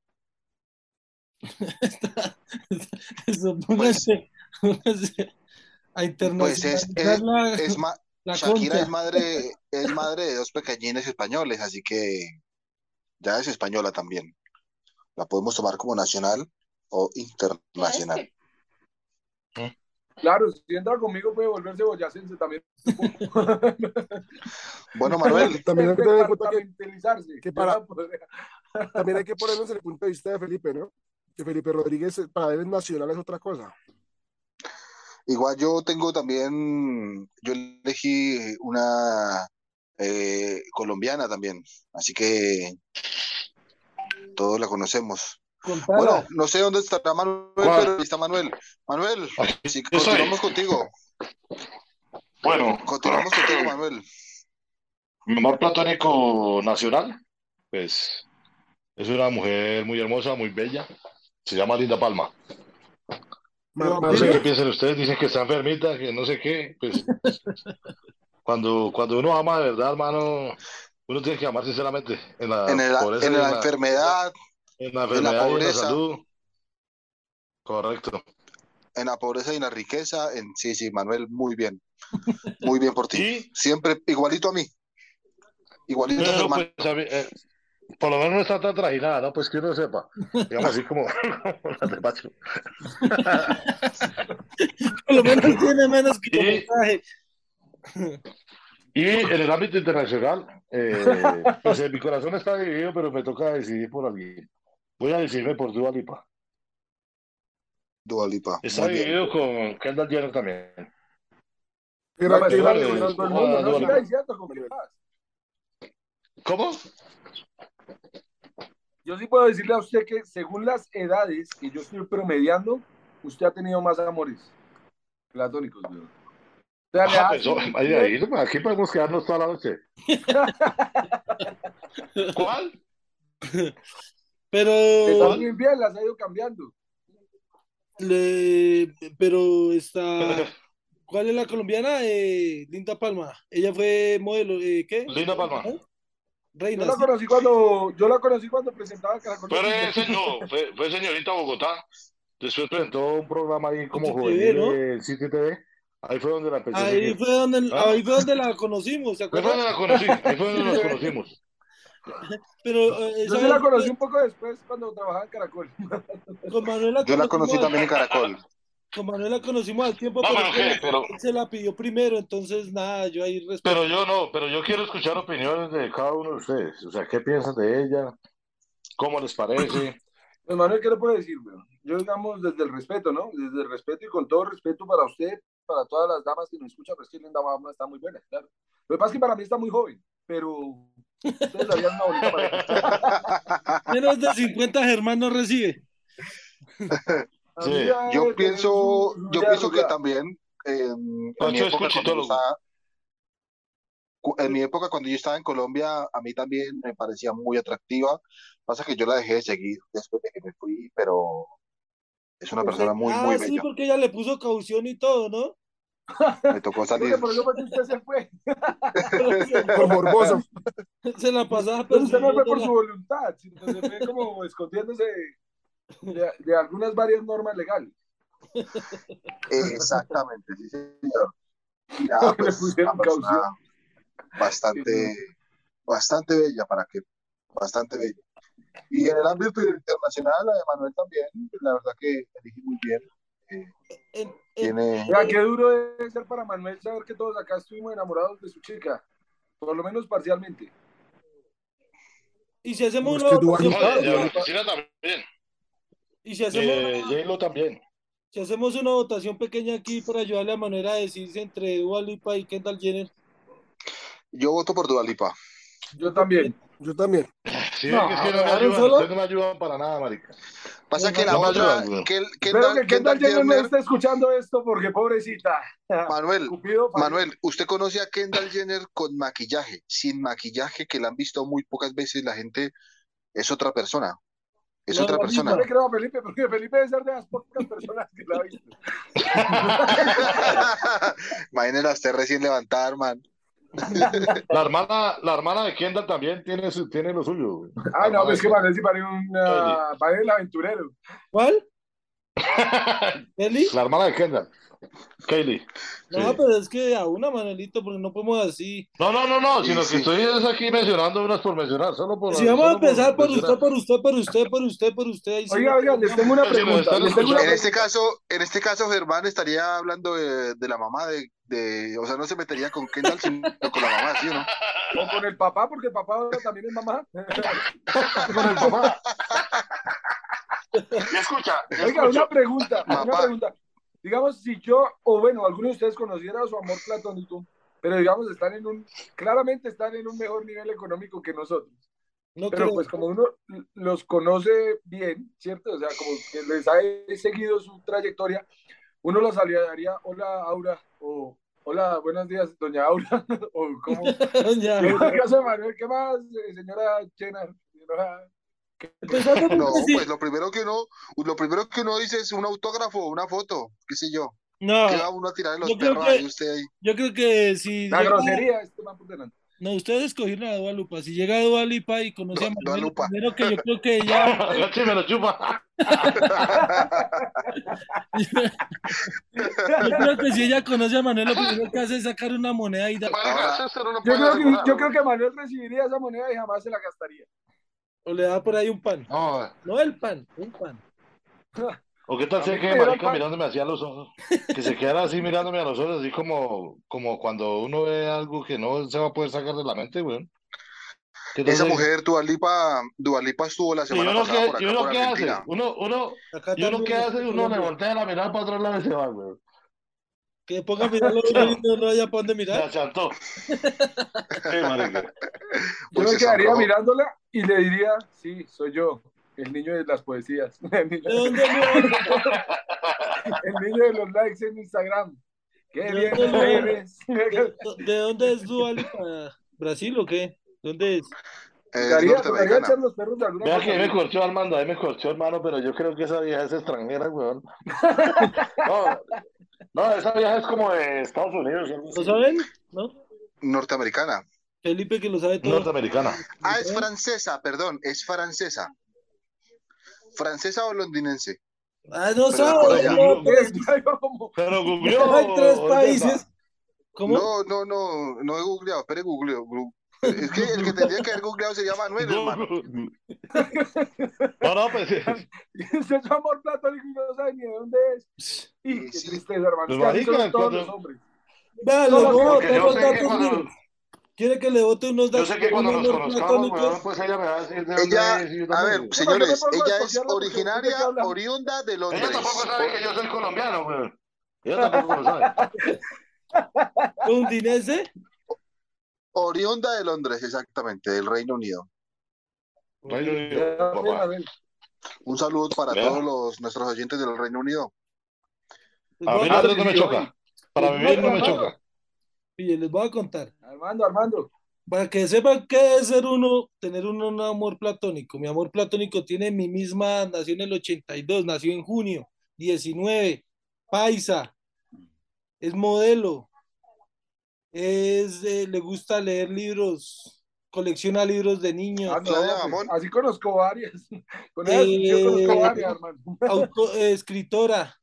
[SPEAKER 2] Eso, póngase, póngase a
[SPEAKER 6] eh, Pues es, es,
[SPEAKER 2] internacionalizar
[SPEAKER 6] es ma-
[SPEAKER 2] la, la
[SPEAKER 6] Shakira
[SPEAKER 2] concha.
[SPEAKER 6] es
[SPEAKER 2] *laughs*
[SPEAKER 6] madre, es madre de dos pequeñines españoles, así que ya es española también. La podemos tomar como nacional o internacional.
[SPEAKER 1] Claro, si entra conmigo puede volverse boyacense también.
[SPEAKER 6] Bueno, Manuel,
[SPEAKER 5] También hay que tener en cuenta que,
[SPEAKER 1] Departamentalizarse.
[SPEAKER 5] que para-
[SPEAKER 1] Ya pues, podría-
[SPEAKER 5] también hay que ponernos en el punto de vista de Felipe, ¿no? Que Felipe Rodríguez eh, para él es nacional es otra cosa.
[SPEAKER 6] igual yo tengo también, yo elegí una eh, colombiana también, así que todos la conocemos.
[SPEAKER 2] Contala.
[SPEAKER 6] Bueno, no sé dónde estará Manuel,
[SPEAKER 4] ¿Cuál?
[SPEAKER 6] pero ahí está Manuel. Manuel, si
[SPEAKER 4] yo soy.
[SPEAKER 6] continuamos contigo,
[SPEAKER 4] Bueno,
[SPEAKER 6] continuamos contigo, Manuel.
[SPEAKER 4] menor platónico nacional, pues es una mujer muy hermosa, muy bella. Se llama Linda Palma.
[SPEAKER 5] Ma-
[SPEAKER 4] No sé qué
[SPEAKER 5] Mabel,
[SPEAKER 4] piensan ustedes, dicen que está enfermita, que no sé qué. Pues cuando, cuando uno ama de verdad, hermano, uno tiene que amar sinceramente. En la
[SPEAKER 6] En, el-
[SPEAKER 4] pobreza,
[SPEAKER 6] en
[SPEAKER 4] y
[SPEAKER 6] la enfermedad,
[SPEAKER 4] en la
[SPEAKER 6] la
[SPEAKER 4] enfermedad y en la
[SPEAKER 6] pobreza.
[SPEAKER 4] salud. Correcto.
[SPEAKER 6] en la pobreza y en la riqueza, en sí, sí, Manuel, muy bien. Muy bien por ti.
[SPEAKER 4] *laughs* Y,
[SPEAKER 6] Siempre igualito a mí. Igualito a tu
[SPEAKER 4] pero,
[SPEAKER 6] hermano.
[SPEAKER 4] pues, a mí, eh, por lo menos no está tan trajinada, ¿no? Pues que uno sepa. Digamos así como *laughs* la de Pacho.
[SPEAKER 2] Por lo menos
[SPEAKER 6] *laughs*
[SPEAKER 2] tiene menos que
[SPEAKER 4] Sí.
[SPEAKER 2] traje.
[SPEAKER 4] Y en el ámbito internacional, eh, pues eh, mi corazón está dividido, pero me toca decidir por alguien. Voy a decidirme por Dua Lipa.
[SPEAKER 6] Dua Lipa,
[SPEAKER 4] Está
[SPEAKER 6] muy bien.
[SPEAKER 4] dividido con Kendall Jenner también.
[SPEAKER 5] gran-
[SPEAKER 1] pero
[SPEAKER 5] gran-
[SPEAKER 4] vale,
[SPEAKER 5] gran-
[SPEAKER 1] pues, Todo el
[SPEAKER 4] Ah,
[SPEAKER 1] mundo, no
[SPEAKER 4] Dua
[SPEAKER 1] siga
[SPEAKER 4] Lipa.
[SPEAKER 1] diciendo, compadre.
[SPEAKER 4] ¿Cómo?
[SPEAKER 1] Yo sí puedo decirle a usted que según las edades que yo estoy promediando, usted ha tenido más amores platónicos, güey. O sea, le
[SPEAKER 4] Ah,
[SPEAKER 1] ha-
[SPEAKER 4] pues, oh, ahí, ahí, aquí podemos quedarnos toda la noche. *laughs* ¿Cuál?
[SPEAKER 1] Está
[SPEAKER 2] Pero,
[SPEAKER 1] muy bien, las ha ido cambiando.
[SPEAKER 2] le- pero está. ¿Cuál es la colombiana? Eh, Linda Palma. Ella fue modelo. eh, ¿Qué?
[SPEAKER 4] *laughs* Linda Palma.
[SPEAKER 1] Yo
[SPEAKER 2] Reina.
[SPEAKER 1] la
[SPEAKER 2] sí.
[SPEAKER 1] conocí cuando, yo la conocí cuando presentaba Caracol.
[SPEAKER 4] Fue, se- no, fue, fue señorita Bogotá. Después presentó un programa ahí como
[SPEAKER 2] Sitio
[SPEAKER 4] juvenil
[SPEAKER 2] TV, ¿no?
[SPEAKER 4] en Sitio TV. Ahí fue donde la empecé a
[SPEAKER 2] Ahí
[SPEAKER 4] seguir.
[SPEAKER 2] fue, donde,
[SPEAKER 4] Ah.
[SPEAKER 2] ahí fue donde la conocimos, ¿se
[SPEAKER 4] Ahí fue
[SPEAKER 1] Pues,
[SPEAKER 2] acuerdan?
[SPEAKER 4] donde la conocí, ahí fue donde nos *laughs* conocimos.
[SPEAKER 2] Pero eh,
[SPEAKER 1] pues, Yo sí
[SPEAKER 2] ¿sabes?
[SPEAKER 1] la conocí un poco después cuando trabajaba en Caracol.
[SPEAKER 2] con Manuela
[SPEAKER 6] Yo la conocí
[SPEAKER 2] al-
[SPEAKER 6] también en Caracol.
[SPEAKER 2] Con Manuela conocimos al tiempo,
[SPEAKER 4] No,
[SPEAKER 2] pero
[SPEAKER 4] pero qué,
[SPEAKER 2] él-
[SPEAKER 4] pero,
[SPEAKER 2] él se la pidió primero, entonces nada, yo ahí respeto.
[SPEAKER 4] pero yo no, pero yo quiero escuchar opiniones de cada uno de ustedes. O sea, ¿qué piensan de ella? ¿Cómo les parece?
[SPEAKER 1] Pues Manuel, ¿qué le puedo decir? weón? Yo, digamos, desde el respeto, ¿no? Desde el respeto y con todo respeto para usted, para todas las damas que nos escuchan, pero es que Linda Dama está muy buena, claro. Lo que pasa es que para mí está muy joven, pero ustedes la harían una bonita pareja.
[SPEAKER 2] Menos de 50 Germán no recibe.
[SPEAKER 1] A mí
[SPEAKER 4] Sí,
[SPEAKER 1] ya
[SPEAKER 6] Yo
[SPEAKER 1] de tener
[SPEAKER 6] pienso,
[SPEAKER 1] su- su
[SPEAKER 6] yo
[SPEAKER 1] ya
[SPEAKER 6] pienso que
[SPEAKER 1] arrugada.
[SPEAKER 6] también eh, en,
[SPEAKER 4] Ocho
[SPEAKER 6] mi
[SPEAKER 4] es
[SPEAKER 6] época, cuando yo
[SPEAKER 4] cuchitólogo.
[SPEAKER 6] estaba, cu- en mi época cuando yo estaba en Colombia, a mí también me parecía muy atractiva. Pasa que yo la dejé de seguir después de que me fui, pero es una persona muy,
[SPEAKER 2] ah,
[SPEAKER 6] muy
[SPEAKER 2] sí,
[SPEAKER 6] bella.
[SPEAKER 2] porque ella le puso caución y todo, ¿no?
[SPEAKER 6] Me tocó
[SPEAKER 1] Creo
[SPEAKER 6] salir.
[SPEAKER 1] que Por eso fue que usted se
[SPEAKER 6] *laughs*
[SPEAKER 1] fue. *laughs*
[SPEAKER 2] Pero se,
[SPEAKER 5] Por morboso.
[SPEAKER 2] se la pasaba
[SPEAKER 1] Pero usted no fue por
[SPEAKER 2] persiguiéndola.
[SPEAKER 1] su voluntad, sino que se fue como escondiéndose de, de algunas varias normas legales.
[SPEAKER 6] Exactamente, sí, señor. Y
[SPEAKER 1] *laughs*
[SPEAKER 6] nada,
[SPEAKER 1] Le
[SPEAKER 6] pues,
[SPEAKER 1] pusieron
[SPEAKER 6] una persona
[SPEAKER 1] caución.
[SPEAKER 6] bastante, bastante bella para que, bastante bella. Y en el ámbito internacional, la de Manuel también, la verdad que elige muy bien. eh,
[SPEAKER 2] En- en-
[SPEAKER 6] Tiene,
[SPEAKER 1] Ya, qué duro debe ser para Manuel saber que todos acá estuvimos enamorados de su chica, por lo menos parcialmente.
[SPEAKER 2] y si hacemos
[SPEAKER 5] Es
[SPEAKER 2] una
[SPEAKER 5] que
[SPEAKER 2] votación,
[SPEAKER 5] Dua
[SPEAKER 4] No,
[SPEAKER 5] Lipa-
[SPEAKER 4] de- de Valentina también.
[SPEAKER 2] y si hacemos,
[SPEAKER 4] Eh, J-Lo también.
[SPEAKER 2] si hacemos una votación pequeña aquí para ayudarle a manera de decidirse entre Dua Lipa y Kendall Jenner.
[SPEAKER 6] yo voto por Dudalipa.
[SPEAKER 1] Yo también.
[SPEAKER 5] Yo
[SPEAKER 4] *laughs*
[SPEAKER 5] también.
[SPEAKER 4] Sí,
[SPEAKER 2] No,
[SPEAKER 4] es que no me
[SPEAKER 2] ¿dejaron
[SPEAKER 4] ayudan,
[SPEAKER 2] solo?
[SPEAKER 4] ustedes no me ayudan para nada, marica.
[SPEAKER 6] Pasa que la
[SPEAKER 4] No me
[SPEAKER 6] otra,
[SPEAKER 4] ayudan, güey.
[SPEAKER 6] que el- que
[SPEAKER 1] Espero
[SPEAKER 6] Kendall-
[SPEAKER 1] que Kendall Jenner no
[SPEAKER 6] Jenner-
[SPEAKER 1] esté escuchando esto porque pobrecita.
[SPEAKER 6] Manuel,
[SPEAKER 1] Cupido, falló.
[SPEAKER 6] Manuel, usted conoce a Kendall Jenner con maquillaje, sin maquillaje, que la han visto muy pocas veces, la gente es otra persona. Es
[SPEAKER 2] No,
[SPEAKER 6] otra
[SPEAKER 2] la
[SPEAKER 6] persona.
[SPEAKER 1] No le creo a Felipe, porque Felipe debe ser de las pocas *laughs* personas que la ha visto.
[SPEAKER 3] *laughs*
[SPEAKER 6] Imagínense a usted recién levantada, hermano.
[SPEAKER 4] La hermana, la hermana de Kendall también tiene, su- tiene lo suyo. güey.
[SPEAKER 1] Ah, no,
[SPEAKER 4] Hermana
[SPEAKER 1] es que
[SPEAKER 4] de-
[SPEAKER 1] Manuel sí parece un ah, parece el aventurero.
[SPEAKER 2] ¿Cuál? ¿Kelly?
[SPEAKER 4] La hermana de Kendall. Kaylee.
[SPEAKER 2] No,
[SPEAKER 4] Sí.
[SPEAKER 2] pero es que a una, Manuelito, porque no podemos así.
[SPEAKER 4] No, no, no, no,
[SPEAKER 6] Sí,
[SPEAKER 4] sino
[SPEAKER 6] sí.
[SPEAKER 4] que estoy es aquí mencionando unas por mencionar, solo por.
[SPEAKER 2] Si vamos a
[SPEAKER 4] solo
[SPEAKER 2] empezar por
[SPEAKER 4] mencionar.
[SPEAKER 2] usted, por usted, por usted, por usted, por usted. ahí sí
[SPEAKER 1] Oiga,
[SPEAKER 2] no-
[SPEAKER 1] oiga, les tengo una
[SPEAKER 4] Sí, pero
[SPEAKER 1] pregunta.
[SPEAKER 4] están
[SPEAKER 1] Les tengo una
[SPEAKER 6] En
[SPEAKER 2] pues.
[SPEAKER 4] escuchando.
[SPEAKER 6] este
[SPEAKER 1] pregunta.
[SPEAKER 6] caso, en este caso, Germán estaría hablando de, de la mamá de, de- o sea, no se metería con Kendall, sino con la mamá, ¿sí o no?
[SPEAKER 1] O con el papá, porque el papá ahora también es mamá.
[SPEAKER 5] Con
[SPEAKER 4] *laughs*
[SPEAKER 5] el papá.
[SPEAKER 4] Y escucha, y
[SPEAKER 1] Oiga,
[SPEAKER 4] escucha.
[SPEAKER 1] una pregunta, una
[SPEAKER 6] Papá.
[SPEAKER 1] pregunta. Digamos, si yo, o bueno, alguno de ustedes conociera su amor platónico, pero digamos, están en un, claramente están en un mejor nivel económico que nosotros.
[SPEAKER 2] No
[SPEAKER 1] Pero
[SPEAKER 2] creo.
[SPEAKER 1] pues como uno los conoce bien, ¿cierto? O sea, como que les ha he seguido su trayectoria, uno los saludaría, hola Aura, o hola, buenos días, doña Aura, *laughs* o como...
[SPEAKER 2] *laughs* Ya.
[SPEAKER 1] En el caso de Manuel, ¿qué más, eh, señora Chena? Señora-
[SPEAKER 3] No,
[SPEAKER 2] *laughs* Sí.
[SPEAKER 3] pues lo primero que uno, lo primero que uno dice es un autógrafo, una foto, qué sé yo.
[SPEAKER 2] No,
[SPEAKER 3] ¿Qué va uno a tirarle los
[SPEAKER 2] Ah. yo creo
[SPEAKER 3] perros
[SPEAKER 2] que-
[SPEAKER 3] ahí usted ahí?
[SPEAKER 2] yo creo que si.
[SPEAKER 1] La
[SPEAKER 2] llega-
[SPEAKER 1] grosería, este man por delante.
[SPEAKER 2] No, ustedes escogieron a Dualupa. Si llega Dualupa y conoce a
[SPEAKER 3] Du-
[SPEAKER 2] Manuel,
[SPEAKER 3] Dua
[SPEAKER 2] lo
[SPEAKER 3] Lipa.
[SPEAKER 2] primero que yo creo que ella. *laughs*
[SPEAKER 4] *laughs* Gachi me lo chupa.
[SPEAKER 2] Yo creo que si ella conoce a Manuel, lo primero que hace es sacar una moneda y dar.
[SPEAKER 3] Ahora-
[SPEAKER 4] Marica, *laughs* César no
[SPEAKER 1] Yo
[SPEAKER 4] puede
[SPEAKER 1] creo, que, yo
[SPEAKER 4] decorar.
[SPEAKER 1] creo que Manuel recibiría esa moneda y jamás se la gastaría.
[SPEAKER 2] O le da por ahí un pan.
[SPEAKER 4] No, eh.
[SPEAKER 2] No el pan, un pan.
[SPEAKER 4] ¿O qué tal
[SPEAKER 1] A
[SPEAKER 4] sea
[SPEAKER 1] mí
[SPEAKER 4] que
[SPEAKER 1] me dieron
[SPEAKER 4] marica
[SPEAKER 1] pan.
[SPEAKER 4] mirándome hacia los ojos? Que se quedara así mirándome a los ojos, así como, como cuando uno ve algo que no se va a poder sacar de la mente, weón. ¿Qué tal
[SPEAKER 3] Esa
[SPEAKER 4] sea-
[SPEAKER 3] mujer, Dualipa, Dualipa estuvo la
[SPEAKER 4] Sí, ¿Y
[SPEAKER 3] semana
[SPEAKER 4] uno
[SPEAKER 3] pasada
[SPEAKER 4] qué,
[SPEAKER 3] por
[SPEAKER 4] y
[SPEAKER 3] acá,
[SPEAKER 4] uno
[SPEAKER 3] por
[SPEAKER 4] qué hace?
[SPEAKER 3] Argentina.
[SPEAKER 4] Uno, uno,
[SPEAKER 2] Acá
[SPEAKER 4] ¿Y uno
[SPEAKER 2] también
[SPEAKER 4] qué hace?
[SPEAKER 2] está
[SPEAKER 4] Uno le
[SPEAKER 2] Colombia.
[SPEAKER 4] voltea la mirada para otro lado y se va, weón.
[SPEAKER 2] Que ponga a mirar los ojos y no, no haya para dónde
[SPEAKER 4] *laughs* Se
[SPEAKER 2] mirar.
[SPEAKER 4] achantó. Sí, marica.
[SPEAKER 1] Yo
[SPEAKER 3] Uy,
[SPEAKER 1] me
[SPEAKER 3] se
[SPEAKER 1] quedaría
[SPEAKER 3] sonrojó.
[SPEAKER 1] mirándola y le diría, sí, soy yo, el niño de las poesías, *laughs* el niño,
[SPEAKER 2] ¿De dónde no?
[SPEAKER 1] el niño de los likes en Instagram. ¡Qué bien eres!
[SPEAKER 2] ¿De, de dónde es Dualipa? ¿Brasil o qué? ¿Dónde es?
[SPEAKER 3] Es
[SPEAKER 1] Daría, daría
[SPEAKER 3] norteamericana.
[SPEAKER 1] echar los perros de alguna
[SPEAKER 4] Vea que
[SPEAKER 1] cosa,
[SPEAKER 4] ahí me
[SPEAKER 1] ¿no?
[SPEAKER 4] corchó Armando, ahí me corchó hermano, pero yo creo que esa vieja es extranjera, weón. *laughs* No, no, esa vieja es como de Estados Unidos, algo
[SPEAKER 2] ¿Lo
[SPEAKER 4] así.
[SPEAKER 2] saben? ¿No?
[SPEAKER 3] Norteamericana.
[SPEAKER 2] Felipe que lo sabe todo.
[SPEAKER 4] norteamericana.
[SPEAKER 3] Ah, es francesa, perdón, es francesa. ¿Francesa o londinense?
[SPEAKER 2] Ah,
[SPEAKER 3] Pero
[SPEAKER 2] no
[SPEAKER 3] por
[SPEAKER 2] sabe.
[SPEAKER 3] allá.
[SPEAKER 2] no, pero es-
[SPEAKER 1] Ya iba como-
[SPEAKER 2] *laughs*
[SPEAKER 4] Pero googleó.
[SPEAKER 2] Hay tres
[SPEAKER 4] ahorita
[SPEAKER 2] países.
[SPEAKER 4] está.
[SPEAKER 2] ¿Cómo?
[SPEAKER 3] No, no, no, no he googleado, pero he googleado. glu- Es que el que tendría que haber googleado se llama Manuel, hermano.
[SPEAKER 4] Google. No, no, pues,
[SPEAKER 1] Ese es su amor platónico y no sabe ni de dónde es. Y qué
[SPEAKER 3] Sí.
[SPEAKER 1] tristeza, hermano.
[SPEAKER 4] Pues,
[SPEAKER 1] Es que así son todos
[SPEAKER 4] marica, cuando-
[SPEAKER 1] los hombres.
[SPEAKER 2] Vea,
[SPEAKER 1] No,
[SPEAKER 2] le
[SPEAKER 1] no,
[SPEAKER 2] voy a
[SPEAKER 4] porque
[SPEAKER 2] botar
[SPEAKER 4] yo
[SPEAKER 2] los
[SPEAKER 4] sé que
[SPEAKER 2] datos
[SPEAKER 4] cuando,
[SPEAKER 2] míos. ¿Quiere que le bote unos
[SPEAKER 4] yo
[SPEAKER 2] datos
[SPEAKER 4] sé que cuando
[SPEAKER 2] míos
[SPEAKER 4] nos conozcamos, weón,
[SPEAKER 2] platónicos?
[SPEAKER 4] pues ella me va a decir de dónde
[SPEAKER 3] Ella,
[SPEAKER 4] es y yo
[SPEAKER 3] a
[SPEAKER 4] también.
[SPEAKER 3] ver,
[SPEAKER 4] weón.
[SPEAKER 3] señores,
[SPEAKER 1] Yo me pongo a
[SPEAKER 3] ella es
[SPEAKER 1] desconfiarla porque usted de qué
[SPEAKER 3] originaria,
[SPEAKER 1] habla.
[SPEAKER 3] oriunda de
[SPEAKER 4] Ella tampoco
[SPEAKER 3] Londres.
[SPEAKER 4] sabe que yo soy colombiano, weón. Ella tampoco lo *laughs* sabe.
[SPEAKER 2] ¿Londinense?
[SPEAKER 3] O- oriunda de Londres, exactamente, del Reino Unido.
[SPEAKER 4] No,
[SPEAKER 1] Ya,
[SPEAKER 4] yo digo,
[SPEAKER 1] bien,
[SPEAKER 4] papá.
[SPEAKER 1] Abel.
[SPEAKER 3] Un saludo para
[SPEAKER 4] Vea.
[SPEAKER 3] todos los, nuestros oyentes del Reino Unido.
[SPEAKER 2] Les
[SPEAKER 4] A
[SPEAKER 2] voy
[SPEAKER 4] mí
[SPEAKER 2] a-
[SPEAKER 4] la
[SPEAKER 1] Ah,
[SPEAKER 4] tres
[SPEAKER 1] sí,
[SPEAKER 4] no me
[SPEAKER 1] sí,
[SPEAKER 4] choca. Para
[SPEAKER 2] les voy a
[SPEAKER 4] vivir no me
[SPEAKER 2] contar,
[SPEAKER 4] choca.
[SPEAKER 2] Pille, les voy a contar.
[SPEAKER 1] Armando, Armando.
[SPEAKER 2] Para que sepan qué es ser uno, tener uno un amor platónico. Mi amor platónico tiene mi misma, nació en el 82, nació en junio, 19, paisa, es modelo, es, eh, le gusta leer libros, colecciona libros de niños,
[SPEAKER 1] Ah, no,
[SPEAKER 3] Claudia
[SPEAKER 1] pues,
[SPEAKER 3] Mamón.
[SPEAKER 1] así conozco varias. *laughs* Con esa
[SPEAKER 2] Eh,
[SPEAKER 1] yo conozco varias, hermano. *laughs*
[SPEAKER 2] auto- eh, escritora,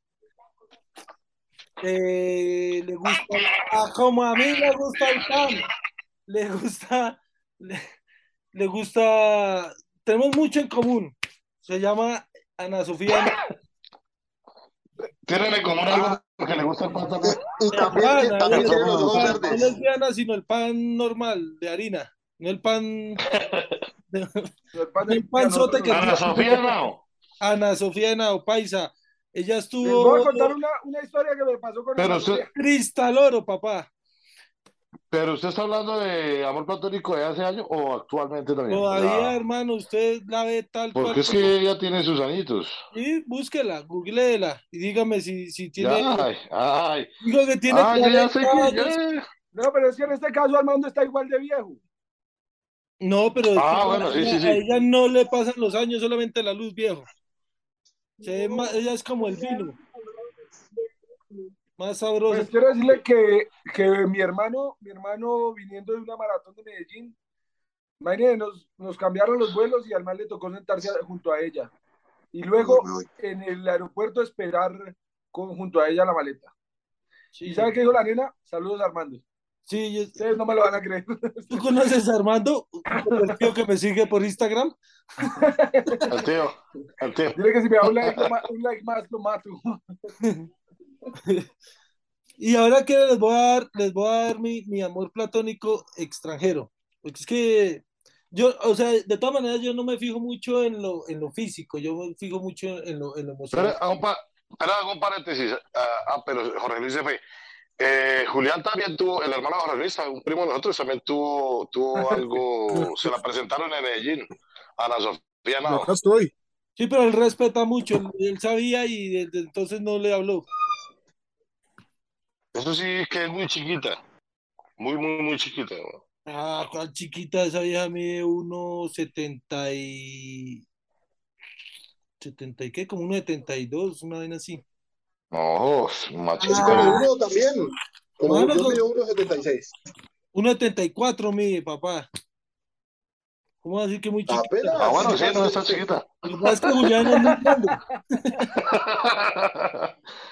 [SPEAKER 2] eh, le gusta, ah, como a mí me gusta el pan, le gusta, le, le gusta, tenemos mucho en común. Se llama Ana Sofía.
[SPEAKER 4] Tienen en común algo porque le gusta el pan también.
[SPEAKER 3] Y también,
[SPEAKER 2] pan,
[SPEAKER 3] tie- también
[SPEAKER 2] ahí,
[SPEAKER 3] tiene los ojos
[SPEAKER 4] ahí,
[SPEAKER 2] No no
[SPEAKER 3] verdes.
[SPEAKER 2] el de Ana, sino el pan normal de harina, no el pan,
[SPEAKER 1] El pan,
[SPEAKER 2] El panzote que-
[SPEAKER 4] Ana Sofía no.
[SPEAKER 2] Ana Sofía de Nao Paisa. Ella
[SPEAKER 1] Les voy a
[SPEAKER 2] estuvo
[SPEAKER 1] contar una, una historia que me pasó con
[SPEAKER 4] Pero
[SPEAKER 1] Ana
[SPEAKER 4] usted,
[SPEAKER 1] Sofía.
[SPEAKER 2] Cristaloro, papá.
[SPEAKER 4] pero usted está hablando de amor platónico de hace años o actualmente también.
[SPEAKER 2] Todavía,
[SPEAKER 4] Ya.
[SPEAKER 2] hermano, usted la ve tal cual.
[SPEAKER 4] Porque es que ella tiene sus añitos.
[SPEAKER 2] Y búsquela, googleela y dígame si, si tiene.
[SPEAKER 4] Ya, ay, ay,
[SPEAKER 2] Digo que tiene
[SPEAKER 4] ay, yo ya sé
[SPEAKER 2] 40
[SPEAKER 4] que
[SPEAKER 2] años.
[SPEAKER 4] ya.
[SPEAKER 1] No, pero es que en este caso Armando está igual de viejo.
[SPEAKER 2] No, pero es que
[SPEAKER 4] Ah, bueno, sí,
[SPEAKER 2] a,
[SPEAKER 4] sí, sí.
[SPEAKER 2] a ella no le pasan los años, solamente la luz viejo. Se ve más- ella es como el vino. Más sabroso.
[SPEAKER 1] Pues quiero decirle que, que mi hermano, mi hermano viniendo de una maratón de Medellín, imagínense, nos, nos cambiaron los vuelos y al mal le tocó sentarse junto a ella. Y luego
[SPEAKER 3] Uy, uy.
[SPEAKER 1] en el aeropuerto esperar con, junto a ella la maleta.
[SPEAKER 2] Sí,
[SPEAKER 1] ¿Y sabe qué dijo la nena? Saludos Armando.
[SPEAKER 2] sí, yo-
[SPEAKER 1] Ustedes no me lo van a creer. *laughs*
[SPEAKER 2] ¿Tú conoces a Armando? El tío que me sigue por Instagram.
[SPEAKER 4] Al tío, al tío.
[SPEAKER 1] Dile que si me da un like, lo ma- un like más lo mato.
[SPEAKER 2] Y ahora que les voy a dar, les voy a dar mi, mi amor platónico extranjero. Porque es que yo, o sea, de todas maneras yo no me fijo mucho en lo, en lo físico, yo me fijo mucho en lo, en lo
[SPEAKER 4] Pero ah,
[SPEAKER 2] emocional.
[SPEAKER 4] hago un, pa- pero hago un paréntesis. Ah, ah, pero Jorge Luis se fue. Eh, Julián también tuvo, el hermano de Barranista, un primo de nosotros, también tuvo,
[SPEAKER 2] *laughs*
[SPEAKER 4] tuvo algo, se la presentaron en Medellín, a la Sofía Nao.
[SPEAKER 5] Acá estoy.
[SPEAKER 2] Sí, pero él respeta mucho, él, él sabía y desde entonces no le habló.
[SPEAKER 4] Eso sí es que es muy chiquita, muy, muy, muy chiquita. weón.
[SPEAKER 2] Ah, tan chiquita esa vieja mide 1.70 y... ¿70 y qué? Como 1.72, una vaina así.
[SPEAKER 4] No, es un
[SPEAKER 3] Es
[SPEAKER 4] machista.
[SPEAKER 3] como
[SPEAKER 2] Ah,
[SPEAKER 4] weón.
[SPEAKER 3] uno también. Como
[SPEAKER 2] Bueno,
[SPEAKER 3] yo
[SPEAKER 2] con-
[SPEAKER 3] mido 1.76.
[SPEAKER 2] 1.74 mide, papá. ¿Cómo va a decir que muy chiquita?
[SPEAKER 3] Apenas.
[SPEAKER 4] Ah, bueno, sí, no es tan chiquita. *laughs*
[SPEAKER 2] Lo que pasa es que Julián es muy grande.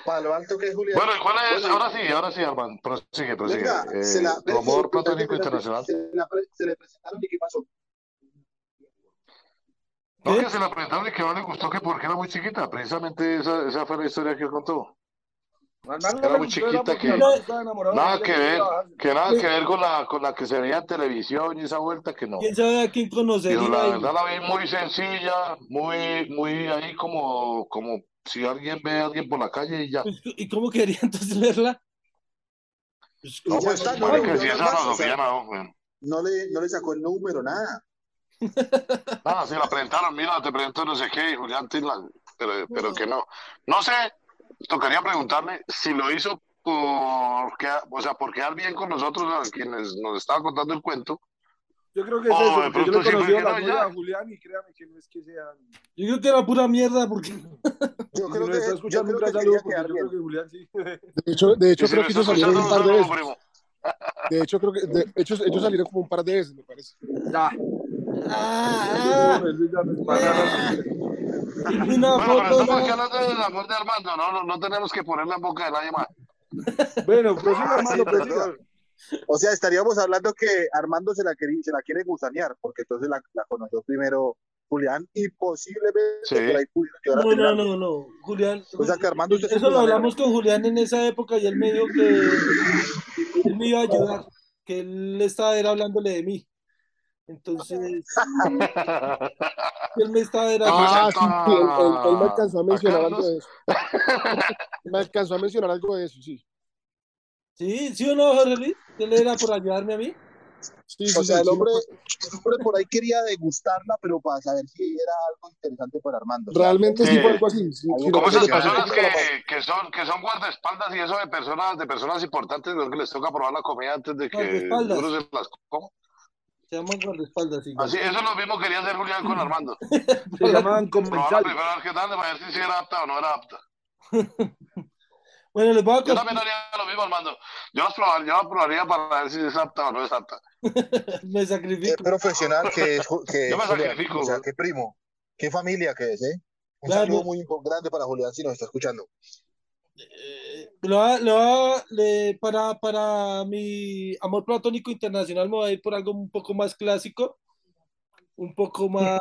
[SPEAKER 3] Para lo alto que es Julián.
[SPEAKER 4] Bueno, ¿y cuál es?
[SPEAKER 3] Bueno,
[SPEAKER 4] Ahora sí, ahora sí, Armand. Prosigue, prosigue.
[SPEAKER 3] venga,
[SPEAKER 4] Eh,
[SPEAKER 3] se la-
[SPEAKER 4] tu amor
[SPEAKER 3] espérate, espérate,
[SPEAKER 4] platónico internacional.
[SPEAKER 3] Se, la pre- se le presentaron y qué pasó.
[SPEAKER 4] No,
[SPEAKER 2] ¿Qué?
[SPEAKER 3] ¿Eh?
[SPEAKER 4] que se la preguntaron y que no le gustó que porque era muy chiquita. Precisamente esa, esa fue la historia que él contó.
[SPEAKER 1] Al man no
[SPEAKER 4] Era
[SPEAKER 1] le
[SPEAKER 4] muy
[SPEAKER 1] gustó,
[SPEAKER 4] chiquita
[SPEAKER 1] porque
[SPEAKER 4] que-
[SPEAKER 1] el man estaba enamorado,
[SPEAKER 4] Nada
[SPEAKER 1] no le
[SPEAKER 4] que
[SPEAKER 1] gustaba
[SPEAKER 4] ver,
[SPEAKER 1] bajarse.
[SPEAKER 4] que nada que ver con la, con la que se veía en televisión y esa vuelta que no.
[SPEAKER 2] ¿Quién sabe a quién conocería?
[SPEAKER 4] Dijo, la
[SPEAKER 2] ahí?
[SPEAKER 4] verdad la vi muy sencilla, muy, muy ahí como, como si alguien ve a alguien por la calle y ya.
[SPEAKER 2] Pues, ¿Y cómo quería *laughs* entonces verla? Pues,
[SPEAKER 3] Y
[SPEAKER 4] No,
[SPEAKER 3] ya
[SPEAKER 4] pues,
[SPEAKER 3] está, no,
[SPEAKER 4] marica,
[SPEAKER 3] no,
[SPEAKER 4] si
[SPEAKER 3] no,
[SPEAKER 4] esa
[SPEAKER 3] no,
[SPEAKER 4] era
[SPEAKER 3] o sea,
[SPEAKER 4] Sofía, no, güey.
[SPEAKER 3] No le, no le sacó el número, nada.
[SPEAKER 4] Ah, sí, la presentaron, mira, te presento no sé qué, y Julián Tilman, pero, pero que no. No sé, tocaría preguntarle si lo hizo porque, o sea, por quedar bien con nosotros, a quienes nos estaba contando el cuento,
[SPEAKER 1] Yo creo que es
[SPEAKER 4] Oh,
[SPEAKER 1] eso,
[SPEAKER 4] de
[SPEAKER 1] porque yo
[SPEAKER 4] pronto
[SPEAKER 1] le he
[SPEAKER 4] sí fue
[SPEAKER 1] conocido
[SPEAKER 4] que
[SPEAKER 1] la
[SPEAKER 4] no,
[SPEAKER 1] novia
[SPEAKER 4] ya.
[SPEAKER 1] a Julián y créame que no es que sea...
[SPEAKER 2] Yo creo que era pura mierda
[SPEAKER 4] *laughs*
[SPEAKER 2] porque *laughs*
[SPEAKER 3] Yo
[SPEAKER 1] Si
[SPEAKER 3] creo
[SPEAKER 1] nos
[SPEAKER 3] que,
[SPEAKER 1] está
[SPEAKER 3] yo
[SPEAKER 1] escuchando
[SPEAKER 3] creo
[SPEAKER 1] un
[SPEAKER 3] que
[SPEAKER 1] gran
[SPEAKER 3] quería
[SPEAKER 1] saludo, porque
[SPEAKER 3] quedar
[SPEAKER 1] yo creo
[SPEAKER 3] bien.
[SPEAKER 1] que Julián sí.
[SPEAKER 5] De hecho, de hecho
[SPEAKER 4] y si
[SPEAKER 5] creo
[SPEAKER 4] me
[SPEAKER 5] que
[SPEAKER 4] está
[SPEAKER 5] ellos salieron
[SPEAKER 4] escuchando, un
[SPEAKER 5] un par de
[SPEAKER 4] saludo,
[SPEAKER 5] veces.
[SPEAKER 4] primo.
[SPEAKER 5] De hecho, creo que de hecho, ellos salieron como un par de veces, me parece.
[SPEAKER 1] Ya. *laughs*
[SPEAKER 2] Ah,
[SPEAKER 1] Por
[SPEAKER 2] ah,
[SPEAKER 1] eso Pues, ya nos pagaron.
[SPEAKER 2] ni una
[SPEAKER 4] Bueno, pero
[SPEAKER 2] foto,
[SPEAKER 4] estamos aquí
[SPEAKER 2] nada.
[SPEAKER 4] hablando del amor de Armando, no, no, no tenemos que ponerla en boca de nadie
[SPEAKER 5] *laughs*
[SPEAKER 4] más.
[SPEAKER 1] Bueno, pues prosiga,
[SPEAKER 3] Ah, sí,
[SPEAKER 1] hermano, prosiga.
[SPEAKER 3] perdón. O sea, estaríamos hablando que Armando se la, quería, se la quiere gusanear, porque entonces la, la conoció primero Julián y posiblemente
[SPEAKER 4] Sí.
[SPEAKER 3] por ahí pudiera llegar a
[SPEAKER 2] No,
[SPEAKER 3] tener
[SPEAKER 2] no,
[SPEAKER 3] algo.
[SPEAKER 2] no, no. Julián, Pues,
[SPEAKER 3] O sea, que Armando usted es un
[SPEAKER 2] eso lo
[SPEAKER 3] gusanero.
[SPEAKER 2] hablamos con Julián en esa época y él me dijo
[SPEAKER 4] *laughs*
[SPEAKER 2] que él me iba a ayudar, que él estaba era hablándole de mí. Entonces, él me estaba
[SPEAKER 4] *laughs*
[SPEAKER 2] era
[SPEAKER 4] pues,
[SPEAKER 5] Ah, sí, sí, él, él- él me
[SPEAKER 4] Presenta
[SPEAKER 5] alcanzó a
[SPEAKER 4] a
[SPEAKER 5] mencionar algo
[SPEAKER 4] Carlos.
[SPEAKER 5] de eso. *laughs* Me alcanzó a mencionar algo de eso, sí.
[SPEAKER 2] Sí, sí o no, Jorge Luis, él era por ayudarme a mí.
[SPEAKER 5] Sí, sí,
[SPEAKER 3] O sea,
[SPEAKER 5] sí,
[SPEAKER 3] el
[SPEAKER 5] sí,
[SPEAKER 3] hombre,
[SPEAKER 5] me-
[SPEAKER 1] pues.
[SPEAKER 3] el hombre por ahí quería degustarla, pero para saber si era algo interesante para Armando. O sea,
[SPEAKER 5] Realmente sí
[SPEAKER 4] Sí.
[SPEAKER 5] fue algo así. sí,
[SPEAKER 3] Algo
[SPEAKER 5] sino
[SPEAKER 4] Como
[SPEAKER 5] que
[SPEAKER 4] esas
[SPEAKER 5] lo que pasa es
[SPEAKER 4] personas
[SPEAKER 5] que con la mano-
[SPEAKER 4] que, que son que son guardaespaldas y eso de personas de personas importantes, ¿no? que les toca probar la comida antes de que
[SPEAKER 2] Guardaespaldas.
[SPEAKER 4] uno se las coma.
[SPEAKER 2] Se llama guardaespaldas igual.
[SPEAKER 4] Así, eso es lo mismo que quería hacer Julián con Armando.
[SPEAKER 1] Se llamaban
[SPEAKER 4] Probar la
[SPEAKER 1] comensales.
[SPEAKER 4] primera vez que tal, para ver si sí era apta o no era apta.
[SPEAKER 2] Bueno, les voy a
[SPEAKER 4] Yo
[SPEAKER 2] contar,
[SPEAKER 4] también haría lo mismo, Armando. Yo las probaría, yo las probaría para ver si es apta o no es apta.
[SPEAKER 2] me
[SPEAKER 3] qué
[SPEAKER 2] sacrifico.
[SPEAKER 3] Eh, profesional que es, Ju-
[SPEAKER 6] *laughs*
[SPEAKER 3] que es
[SPEAKER 4] Yo me
[SPEAKER 3] Julián.
[SPEAKER 4] sacrifico,
[SPEAKER 3] O sea,
[SPEAKER 4] güey.
[SPEAKER 3] qué primo, qué familia que es, ¿eh? Un
[SPEAKER 2] Claro.
[SPEAKER 3] saludo muy impo- grande para Julián si nos está escuchando.
[SPEAKER 2] Eh, lo va- lo va- le- para, para mi amor platónico internacional me voy a ir por algo un poco más clásico, un poco más,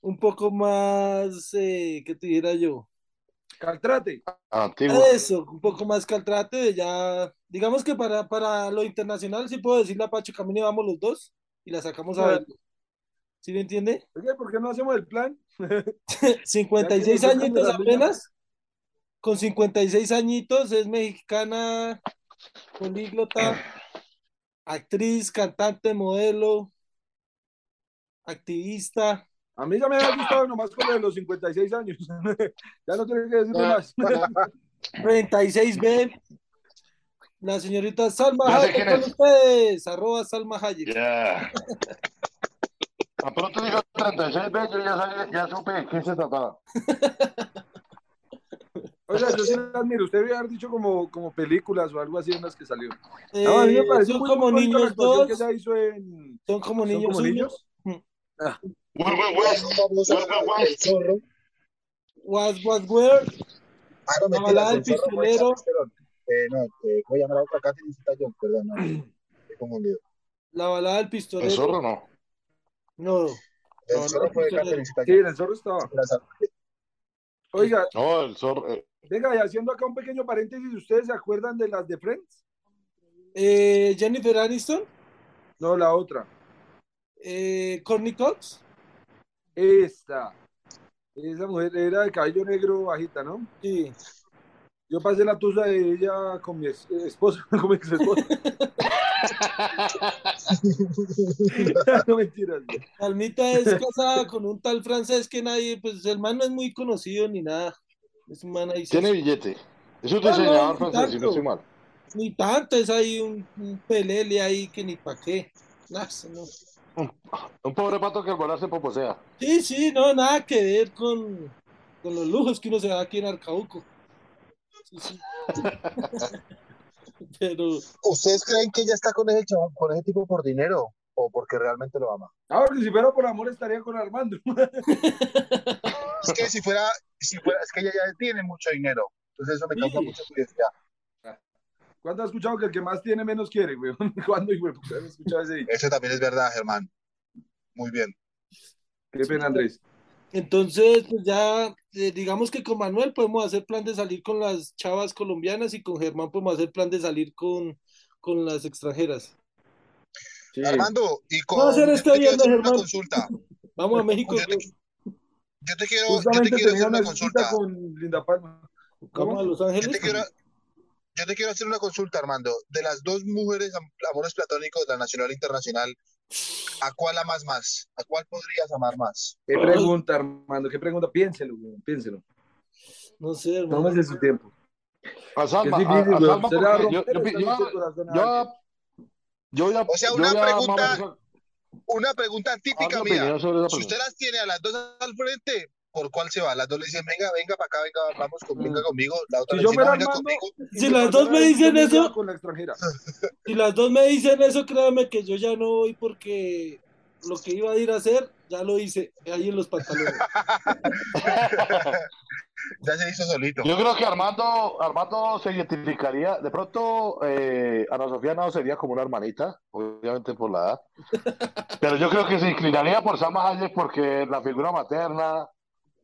[SPEAKER 2] un poco más, eh, ¿qué te diría yo? Ah,
[SPEAKER 1] Caltrate.
[SPEAKER 4] Antiguo.
[SPEAKER 2] Eso, un poco más caltrate, de ya, digamos que para, para lo internacional sí puedo decirle a Pacho Camino y vamos los dos y la sacamos a
[SPEAKER 1] Bueno.
[SPEAKER 2] bailar. ¿Sí me entiende?
[SPEAKER 1] Oye, ¿por qué no hacemos el plan?
[SPEAKER 2] 56
[SPEAKER 1] Ya que nos tocan de
[SPEAKER 2] añitos
[SPEAKER 1] la liga.
[SPEAKER 2] apenas. Con 56 añitos es mexicana,
[SPEAKER 1] *clears throat*
[SPEAKER 2] políglota, actriz, cantante, modelo, activista.
[SPEAKER 1] A mí ya me había gustado nomás con lo de los 56 años. *laughs* ya no tiene que decirme
[SPEAKER 5] Ah.
[SPEAKER 1] más. *laughs*
[SPEAKER 2] 36B. La señorita Salma
[SPEAKER 4] Ya sé
[SPEAKER 2] Hayek
[SPEAKER 4] quién
[SPEAKER 2] con
[SPEAKER 4] es.
[SPEAKER 2] ustedes. Arroba Salma Hayek.
[SPEAKER 4] Ya. Tan pronto dijo 36 veces, yo ya, sabía- ya supe de qué se trataba.
[SPEAKER 1] Oiga, yo sí la admiro. Usted había dicho como, como películas o algo así en las que salió.
[SPEAKER 2] Eh,
[SPEAKER 1] No, a mí me pareció
[SPEAKER 2] son
[SPEAKER 1] muy
[SPEAKER 2] como
[SPEAKER 1] bonita la
[SPEAKER 2] niños
[SPEAKER 1] actuación
[SPEAKER 2] dos.
[SPEAKER 1] que ella hizo en...
[SPEAKER 2] Son como
[SPEAKER 1] ¿Son
[SPEAKER 2] niños
[SPEAKER 1] como
[SPEAKER 2] uno.
[SPEAKER 1] niños?
[SPEAKER 4] Wild Wild
[SPEAKER 3] Bueno, vamos
[SPEAKER 4] West.
[SPEAKER 3] a
[SPEAKER 4] Wild Wild
[SPEAKER 3] hablar del
[SPEAKER 4] West.
[SPEAKER 3] zorro.
[SPEAKER 2] Was, was, where.
[SPEAKER 3] Ah, no,
[SPEAKER 2] La
[SPEAKER 3] mentira,
[SPEAKER 2] balada del
[SPEAKER 3] del zorro fue
[SPEAKER 2] pistolero.
[SPEAKER 3] Charlize Theron. Eh, no, eh, voy a llamar a otra Catherine Zeta Jones, perdón, no, estoy confundido.
[SPEAKER 2] La balada del
[SPEAKER 4] El
[SPEAKER 2] pistolero.
[SPEAKER 4] zorro no.
[SPEAKER 2] No.
[SPEAKER 3] El
[SPEAKER 2] No, no,
[SPEAKER 3] zorro fue de
[SPEAKER 2] Pistolero.
[SPEAKER 3] Catherine Zeta
[SPEAKER 1] Sí,
[SPEAKER 3] Jones.
[SPEAKER 1] en el zorro estaba.
[SPEAKER 3] La sal-
[SPEAKER 1] Oiga,
[SPEAKER 4] No, el zorro. eh,
[SPEAKER 1] venga, y haciendo acá un pequeño paréntesis, ¿ustedes se acuerdan de las de Friends?
[SPEAKER 2] Eh, Jennifer Aniston.
[SPEAKER 1] No, la otra.
[SPEAKER 2] Eh, Courtney Cox.
[SPEAKER 1] Esta. Esa mujer era de cabello negro bajita, ¿no?
[SPEAKER 2] Sí.
[SPEAKER 1] Yo pasé la tusa de ella con mi ex- esposo, *laughs* con mi ex esposo.
[SPEAKER 2] *laughs*
[SPEAKER 1] no mentiras. güey.
[SPEAKER 2] Almita es casada con un tal francés que nadie, pues el man no es muy conocido ni nada. Es un man ahí.
[SPEAKER 7] Tiene billete. Es un
[SPEAKER 2] No, no,
[SPEAKER 7] diseñador
[SPEAKER 2] ni
[SPEAKER 7] francés, si no
[SPEAKER 2] tanto.
[SPEAKER 7] estoy mal.
[SPEAKER 2] Ni tanto, es ahí un, un pelele ahí que ni pa' qué. Nah, eso no.
[SPEAKER 7] Un pobre pato que al volar se poposea.
[SPEAKER 2] Sí, sí, no, nada que ver con, con los lujos que uno se da aquí en Arcauco. Sí, sí. *laughs* Pero
[SPEAKER 6] ¿Ustedes creen que ella está con ese chaval, con ese tipo por dinero o porque realmente lo ama?
[SPEAKER 1] Ah, porque si fuera por amor estaría con Armando.
[SPEAKER 6] Es que si fuera, si fuera, es que ella ya tiene mucho dinero. Entonces eso me causa
[SPEAKER 2] Sí.
[SPEAKER 6] mucha curiosidad.
[SPEAKER 1] ¿Cuándo has escuchado que el que más tiene menos quiere, güey? *laughs* ¿Cuándo, güey? ¿Cuándo has escuchado ese dicho?
[SPEAKER 6] Eso también es verdad, Germán. Muy bien.
[SPEAKER 1] Qué pena, Andrés.
[SPEAKER 2] entonces, pues ya, eh, digamos que con Manuel podemos hacer plan de salir con las chavas colombianas y con Germán podemos hacer plan de salir con, con las extranjeras.
[SPEAKER 1] Sí.
[SPEAKER 6] Armando, y con,
[SPEAKER 2] No, hacer este
[SPEAKER 6] yo te quiero
[SPEAKER 2] viernes,
[SPEAKER 6] hacer una
[SPEAKER 2] Germán.
[SPEAKER 6] consulta.
[SPEAKER 2] Vamos a México.
[SPEAKER 6] *laughs* Yo te, yo te quiero, yo te
[SPEAKER 1] Justamente
[SPEAKER 6] quiero
[SPEAKER 1] tenía
[SPEAKER 6] hacer
[SPEAKER 1] una
[SPEAKER 6] una
[SPEAKER 1] cita
[SPEAKER 6] consulta.
[SPEAKER 1] con Linda Palma.
[SPEAKER 2] Vamos a Los
[SPEAKER 6] Yo
[SPEAKER 2] Ángeles.
[SPEAKER 6] te quiero, yo te quiero hacer una consulta, Armando. De las dos mujeres am- amores platónicos, la nacional e internacional, ¿a cuál amas más? ¿A cuál podrías amar más?
[SPEAKER 1] Qué pregunta, Armando, qué pregunta. Piénselo, güey, piénselo.
[SPEAKER 2] No sé, hermano.
[SPEAKER 1] Tómese su tiempo.
[SPEAKER 7] A
[SPEAKER 1] Que
[SPEAKER 7] Salva,
[SPEAKER 1] es
[SPEAKER 7] a,
[SPEAKER 1] difícil,
[SPEAKER 7] a
[SPEAKER 1] güey.
[SPEAKER 7] Salva
[SPEAKER 1] Usted le va a
[SPEAKER 7] porque yo,
[SPEAKER 1] romper el
[SPEAKER 7] yo, yo,
[SPEAKER 1] saco del corazón a alguien.
[SPEAKER 7] yo, yo ya-
[SPEAKER 6] O sea,
[SPEAKER 7] yo
[SPEAKER 6] una
[SPEAKER 7] ya
[SPEAKER 6] pregunta-
[SPEAKER 7] más o menos
[SPEAKER 6] Una pregunta
[SPEAKER 7] hago
[SPEAKER 6] típica
[SPEAKER 7] mi
[SPEAKER 6] mía.
[SPEAKER 7] Ah, opinión sobre esa
[SPEAKER 6] Si usted
[SPEAKER 7] pregunta.
[SPEAKER 6] las tiene a las dos al frente, ¿por cuál se va? Las dos le dicen, venga, venga para acá, venga, vamos, con- venga conmigo. La otra
[SPEAKER 1] Mm. Si
[SPEAKER 6] le
[SPEAKER 1] yo
[SPEAKER 6] dice, no,
[SPEAKER 1] fuera
[SPEAKER 6] venga
[SPEAKER 1] Armando,
[SPEAKER 6] conmigo.
[SPEAKER 1] y
[SPEAKER 2] Si
[SPEAKER 1] me
[SPEAKER 2] las dos
[SPEAKER 1] pasara
[SPEAKER 2] me
[SPEAKER 1] eso,
[SPEAKER 2] dicen
[SPEAKER 1] yo me
[SPEAKER 2] eso-
[SPEAKER 1] iba con la extranjera.
[SPEAKER 2] Si las dos me dicen eso, créanme que yo ya no voy porque lo que iba a ir a hacer ya lo hice ahí en los
[SPEAKER 4] *laughs*
[SPEAKER 2] pantalones.
[SPEAKER 6] Ya se hizo solito.
[SPEAKER 7] Yo creo que Armando, Armando se identificaría, de pronto eh, Ana Sofía no sería como una hermanita, obviamente por la
[SPEAKER 4] *laughs*
[SPEAKER 7] edad, pero yo creo que se inclinaría por Salma Hayek porque la figura materna,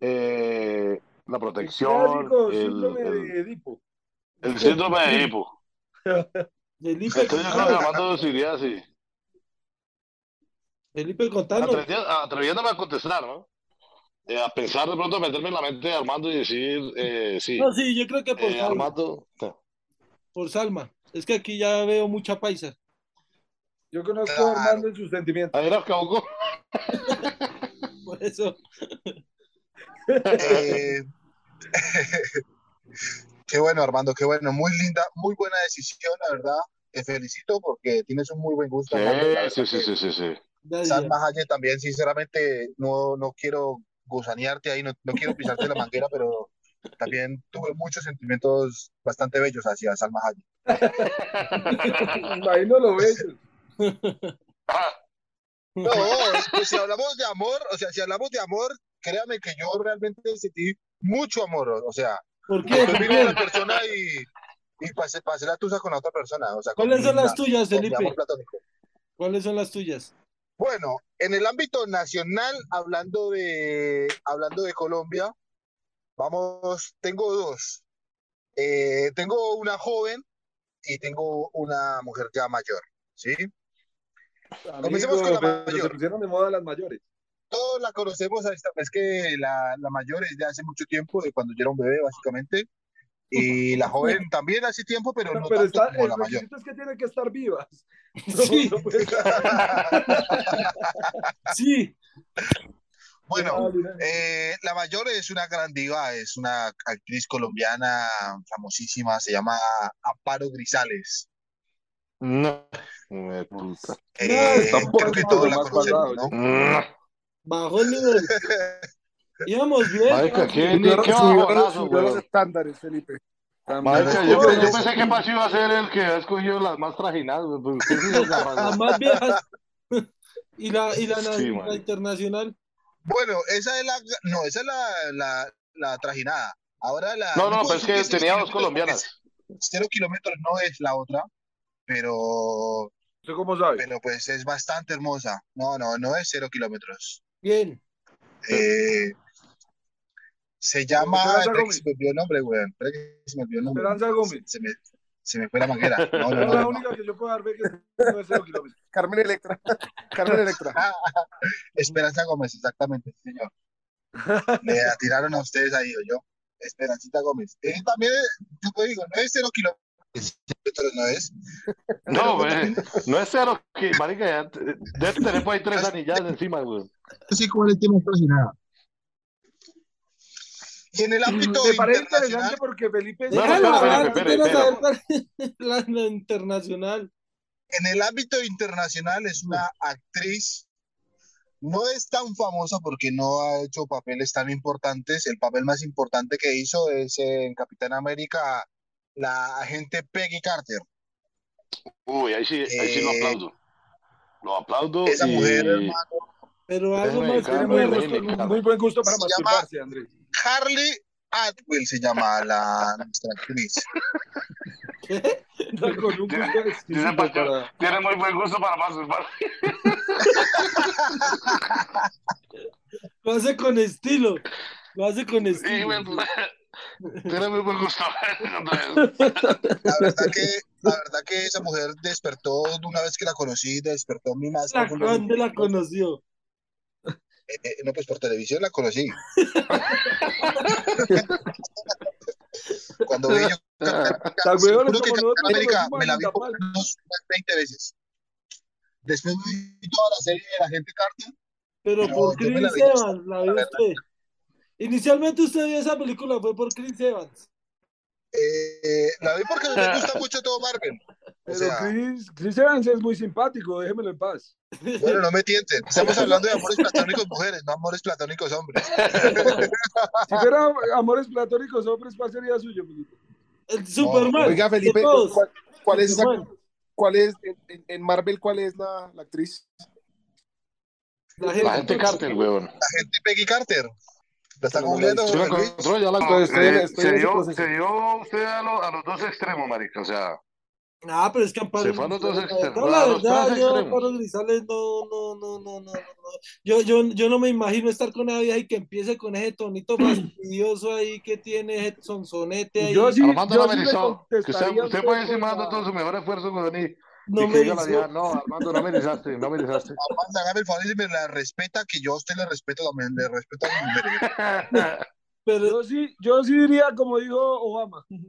[SPEAKER 7] eh, la protección,
[SPEAKER 1] Clásico,
[SPEAKER 7] el,
[SPEAKER 1] síndrome
[SPEAKER 7] el-
[SPEAKER 1] de Edipo.
[SPEAKER 4] El síndrome de Edipo.
[SPEAKER 2] Felipe, ah,
[SPEAKER 4] Entonces yo creo que Armando se iría así.
[SPEAKER 2] Felipe, contanos.
[SPEAKER 4] Atrevi- Atreviéndome a contestar, ¿no? Eh, a pensar de pronto, meterme en la mente de Armando y decir, eh, sí.
[SPEAKER 2] No, sí, yo creo que por,
[SPEAKER 4] Eh,
[SPEAKER 2] Salma,
[SPEAKER 7] Armando,
[SPEAKER 2] por Salma. Es que aquí ya veo mucha paisa. *laughs*
[SPEAKER 1] Yo conozco
[SPEAKER 6] Claro.
[SPEAKER 1] a Armando en sus sentimientos. *laughs*
[SPEAKER 7] ahí era Cauco.
[SPEAKER 2] Por eso.
[SPEAKER 6] Eh, *laughs* qué bueno, Armando, qué bueno. Muy linda, muy buena decisión, la verdad. Te felicito porque tienes un muy buen gusto.
[SPEAKER 4] Sí,
[SPEAKER 6] Armando, la verdad
[SPEAKER 4] sí, sí,
[SPEAKER 6] que
[SPEAKER 4] sí, sí, sí.
[SPEAKER 2] gracias.
[SPEAKER 6] Salma Hayek también, sinceramente, no, no quiero gusanearte ahí, no, no quiero pisarte la manguera, pero también tuve muchos sentimientos bastante bellos hacia Salma Hayek.
[SPEAKER 1] Imagino lo ves.
[SPEAKER 4] Ah,
[SPEAKER 6] No, pues si hablamos de amor, o sea, si hablamos de amor, créame que yo realmente sentí mucho amor, o o sea,
[SPEAKER 2] ¿Por
[SPEAKER 4] Pues
[SPEAKER 2] qué?
[SPEAKER 6] yo vine a una persona y, y pasé, pasé la tusa con la otra persona, o sea, con
[SPEAKER 2] ¿Cuáles son
[SPEAKER 6] mi-
[SPEAKER 2] las tuyas,
[SPEAKER 6] con mi
[SPEAKER 2] Felipe?
[SPEAKER 6] amor platónico.
[SPEAKER 2] ¿Cuáles son las tuyas?
[SPEAKER 6] Bueno, en el ámbito nacional, hablando de, hablando de Colombia, vamos, tengo dos. Eh, tengo una joven y tengo una mujer ya mayor, ¿sí? Comencemos con la
[SPEAKER 1] pero Se
[SPEAKER 6] mayor.
[SPEAKER 1] pusieron de moda las mayores.
[SPEAKER 6] Todos la conocemos a esta vez que la, la mayor es de hace mucho tiempo, de cuando yo era un bebé, básicamente. Y la joven también hace tiempo, pero
[SPEAKER 1] No,
[SPEAKER 6] no
[SPEAKER 1] pero
[SPEAKER 6] tanto
[SPEAKER 1] está,
[SPEAKER 6] como
[SPEAKER 1] el
[SPEAKER 6] la mayor.
[SPEAKER 1] requisito es que tienen que estar vivas.
[SPEAKER 2] *laughs*
[SPEAKER 1] No,
[SPEAKER 2] Sí,
[SPEAKER 1] no puede estar-
[SPEAKER 2] sí.
[SPEAKER 6] Bueno,
[SPEAKER 1] Ah, mira.
[SPEAKER 6] Eh, la mayor es una gran diva, es una actriz colombiana famosísima, se llama Amparo Grisales.
[SPEAKER 7] No, me puta.
[SPEAKER 6] Eh,
[SPEAKER 1] No, está por
[SPEAKER 6] creo que
[SPEAKER 1] debajo,
[SPEAKER 6] todos la
[SPEAKER 1] más
[SPEAKER 6] conocemos,
[SPEAKER 1] pasado,
[SPEAKER 6] ¿no?
[SPEAKER 7] No.
[SPEAKER 2] Bajó el
[SPEAKER 4] *laughs*
[SPEAKER 2] nivel. Íbamos bien.
[SPEAKER 7] Marica, qué,
[SPEAKER 5] Subió,
[SPEAKER 7] qué
[SPEAKER 5] subió-
[SPEAKER 7] bajonazo,
[SPEAKER 5] subió los
[SPEAKER 7] weón.
[SPEAKER 5] estándares, Felipe.
[SPEAKER 1] También.
[SPEAKER 7] Marica, yo, pe- yo pensé que Pacho iba a ser el que ha escogido las más trajinadas, weón, pero usted sí es
[SPEAKER 4] *laughs*
[SPEAKER 7] la más-
[SPEAKER 2] Las más viejas. Y la, y la, na-
[SPEAKER 7] Sí,
[SPEAKER 2] la
[SPEAKER 7] marica.
[SPEAKER 2] internacional.
[SPEAKER 6] Bueno, esa es la, no, esa es la, la, la trajinada. Ahora la,
[SPEAKER 4] No, no,
[SPEAKER 6] puedo
[SPEAKER 4] pero es
[SPEAKER 6] decir
[SPEAKER 4] que
[SPEAKER 6] cero
[SPEAKER 4] tenía dos
[SPEAKER 6] kilómetros,
[SPEAKER 4] colombianas.
[SPEAKER 6] porque Cero kilómetros no es la otra, pero,
[SPEAKER 1] ¿Usted cómo sabe?
[SPEAKER 6] pero pues es bastante hermosa. No, no, no es cero kilómetros.
[SPEAKER 2] Bien.
[SPEAKER 6] Eh, se llama,
[SPEAKER 1] Esperanza
[SPEAKER 6] espera que
[SPEAKER 1] Gómez.
[SPEAKER 6] se me olvidó el nombre, weón, espera que se me olvidó el nombre.
[SPEAKER 1] Esperanza Gómez.
[SPEAKER 6] Se me, se me fue la manguera.
[SPEAKER 1] *laughs*
[SPEAKER 6] No, no,
[SPEAKER 1] Es
[SPEAKER 6] no,
[SPEAKER 1] la
[SPEAKER 6] no.
[SPEAKER 1] única que yo puedo dar fe que no es cero kilómetros.
[SPEAKER 5] Carmen Electra. *laughs* Carmen Electra.
[SPEAKER 2] Ah,
[SPEAKER 1] *laughs*
[SPEAKER 6] Esperanza Gómez, exactamente, sí, señor. Le atiraron a ustedes ahí, o yo. Esperancita Gómez. Eh, también, yo te digo, no es cero kilómetros, no es.
[SPEAKER 7] No, güey. No es cero que, marica, ya te- debe tener por ahí tres anillas encima, güey.
[SPEAKER 6] Sí, como el tema nada. Y en el ámbito
[SPEAKER 1] Me parece interesante
[SPEAKER 6] internacional,
[SPEAKER 1] porque Felipe
[SPEAKER 7] No,
[SPEAKER 2] Déjalo
[SPEAKER 7] no, espera,
[SPEAKER 2] hablar,
[SPEAKER 7] espera,
[SPEAKER 2] quiero
[SPEAKER 7] espera.
[SPEAKER 2] saber cuál es la internacional.
[SPEAKER 6] en el ámbito internacional es una actriz. No es tan famosa porque no ha hecho papeles tan importantes. El papel más importante que hizo es en Capitán América, la agente Peggy Carter.
[SPEAKER 4] Uy, ahí sí, ahí sí lo
[SPEAKER 6] Eh,
[SPEAKER 4] aplaudo. Lo aplaudo.
[SPEAKER 6] Esa
[SPEAKER 4] y-
[SPEAKER 6] mujer, hermano,
[SPEAKER 2] Pero algo
[SPEAKER 7] Déjame
[SPEAKER 2] más
[SPEAKER 7] dedicarme,
[SPEAKER 1] tiene muy,
[SPEAKER 2] que perro.
[SPEAKER 7] déjame
[SPEAKER 1] gusto-
[SPEAKER 7] dedicarme.
[SPEAKER 1] muy buen gusto para
[SPEAKER 6] Se llama-
[SPEAKER 1] masturbarse,
[SPEAKER 6] *laughs*
[SPEAKER 1] Andrés.
[SPEAKER 6] Harley Atwell se llama la nuestra actriz.
[SPEAKER 2] ¿Qué?
[SPEAKER 1] Con un gusto
[SPEAKER 4] Dice
[SPEAKER 1] exquisito
[SPEAKER 4] Pacho,
[SPEAKER 1] para.
[SPEAKER 4] tiene muy buen gusto para masturbar.
[SPEAKER 2] Lo hace con estilo. Lo hace con
[SPEAKER 4] Y,
[SPEAKER 2] estilo.
[SPEAKER 4] güey, pues, tiene muy buen *laughs* gusto.
[SPEAKER 6] La verdad que, la verdad que esa mujer despertó de una vez que la conocí, despertó mi más
[SPEAKER 2] La,
[SPEAKER 6] profundo.
[SPEAKER 2] ¿Dónde la conoció?
[SPEAKER 6] Eh, eh, no, pues por televisión
[SPEAKER 1] *laughs*
[SPEAKER 6] la conocí. Cuando vi yo Capitán América,
[SPEAKER 1] Tal
[SPEAKER 6] se
[SPEAKER 1] vez
[SPEAKER 6] lo
[SPEAKER 1] es
[SPEAKER 6] juro que
[SPEAKER 1] como nosotros
[SPEAKER 6] Capitán América
[SPEAKER 1] los
[SPEAKER 6] me la
[SPEAKER 1] humanos,
[SPEAKER 6] vi por
[SPEAKER 1] Tamal.
[SPEAKER 6] lo menos unas 20 veces. Después me vi toda la serie de la gente Carter,
[SPEAKER 2] Pero
[SPEAKER 6] pero
[SPEAKER 2] por
[SPEAKER 6] yo me la
[SPEAKER 2] Chris
[SPEAKER 6] vi.
[SPEAKER 2] Evans, la
[SPEAKER 6] la
[SPEAKER 2] vio
[SPEAKER 6] verdad.
[SPEAKER 2] usted. Inicialmente usted vio esa película, fue por Chris Evans.
[SPEAKER 6] Eh, la vi porque me gusta mucho todo Marvel. O
[SPEAKER 1] Pero
[SPEAKER 6] sea,
[SPEAKER 1] Chris, Chris Evans es muy simpático, déjemelo en paz.
[SPEAKER 6] bueno, no me tienten. Estamos hablando de amores platónicos mujeres, no amores platónicos hombres.
[SPEAKER 1] Si fuera amores platónicos, hombres, ¿cuál sería suyo, Felipe?
[SPEAKER 2] El Superman.
[SPEAKER 5] Oiga, Felipe,
[SPEAKER 2] de todos.
[SPEAKER 5] ¿cuál, cuál es, esa-
[SPEAKER 2] Superman.
[SPEAKER 5] cuál es en, en- en Marvel, cuál es la, la actriz?
[SPEAKER 2] La
[SPEAKER 7] La
[SPEAKER 2] gente.
[SPEAKER 7] gente cártel, weón.
[SPEAKER 6] La gente Peggy Carter. La está
[SPEAKER 5] Bueno, no la
[SPEAKER 6] googleando
[SPEAKER 5] he
[SPEAKER 7] Yo la
[SPEAKER 6] José Luis.
[SPEAKER 7] encontró, ya la
[SPEAKER 5] Entonces,
[SPEAKER 7] encontré.
[SPEAKER 5] estoy en,
[SPEAKER 4] Eh,
[SPEAKER 5] estoy
[SPEAKER 4] se
[SPEAKER 5] en ese
[SPEAKER 4] dio, se
[SPEAKER 5] proceso.
[SPEAKER 4] dio usted a, lo- a los dos extremos, marica. O sea,
[SPEAKER 2] Ah, pero es que Amparo
[SPEAKER 7] Se fue a los dos
[SPEAKER 2] Grisales, la
[SPEAKER 7] extremos,
[SPEAKER 2] verdad, la
[SPEAKER 7] a los
[SPEAKER 2] verdad,
[SPEAKER 7] tres
[SPEAKER 2] yo
[SPEAKER 7] extremos.
[SPEAKER 2] Amparo Grisales no, no, no, no, no, no, no. Yo, yo, yo no me imagino estar con una vieja y que empiece con ese tonito fastidioso ahí que tiene ese sonsonete ahí.
[SPEAKER 1] Yo sí,
[SPEAKER 7] Armando
[SPEAKER 1] yo
[SPEAKER 7] no
[SPEAKER 1] sí
[SPEAKER 7] me
[SPEAKER 1] le
[SPEAKER 7] erizó. Que usted,
[SPEAKER 1] contestaría a
[SPEAKER 7] usted
[SPEAKER 1] usted
[SPEAKER 7] puede decir
[SPEAKER 1] con
[SPEAKER 7] mandando todo
[SPEAKER 1] la.
[SPEAKER 7] su mejor esfuerzo, weón, y,
[SPEAKER 2] No
[SPEAKER 7] y que
[SPEAKER 2] me
[SPEAKER 7] diga la vieja,
[SPEAKER 2] hizo.
[SPEAKER 7] no, Armando, no me erizaste, no me erizaste.
[SPEAKER 6] Amanda, hágame el favor y me la respeta, que yo a usted le respeto también, le respeto a las mujeres.
[SPEAKER 2] Pero
[SPEAKER 1] Yo sí, yo sí diría como dijo Obama. *laughs*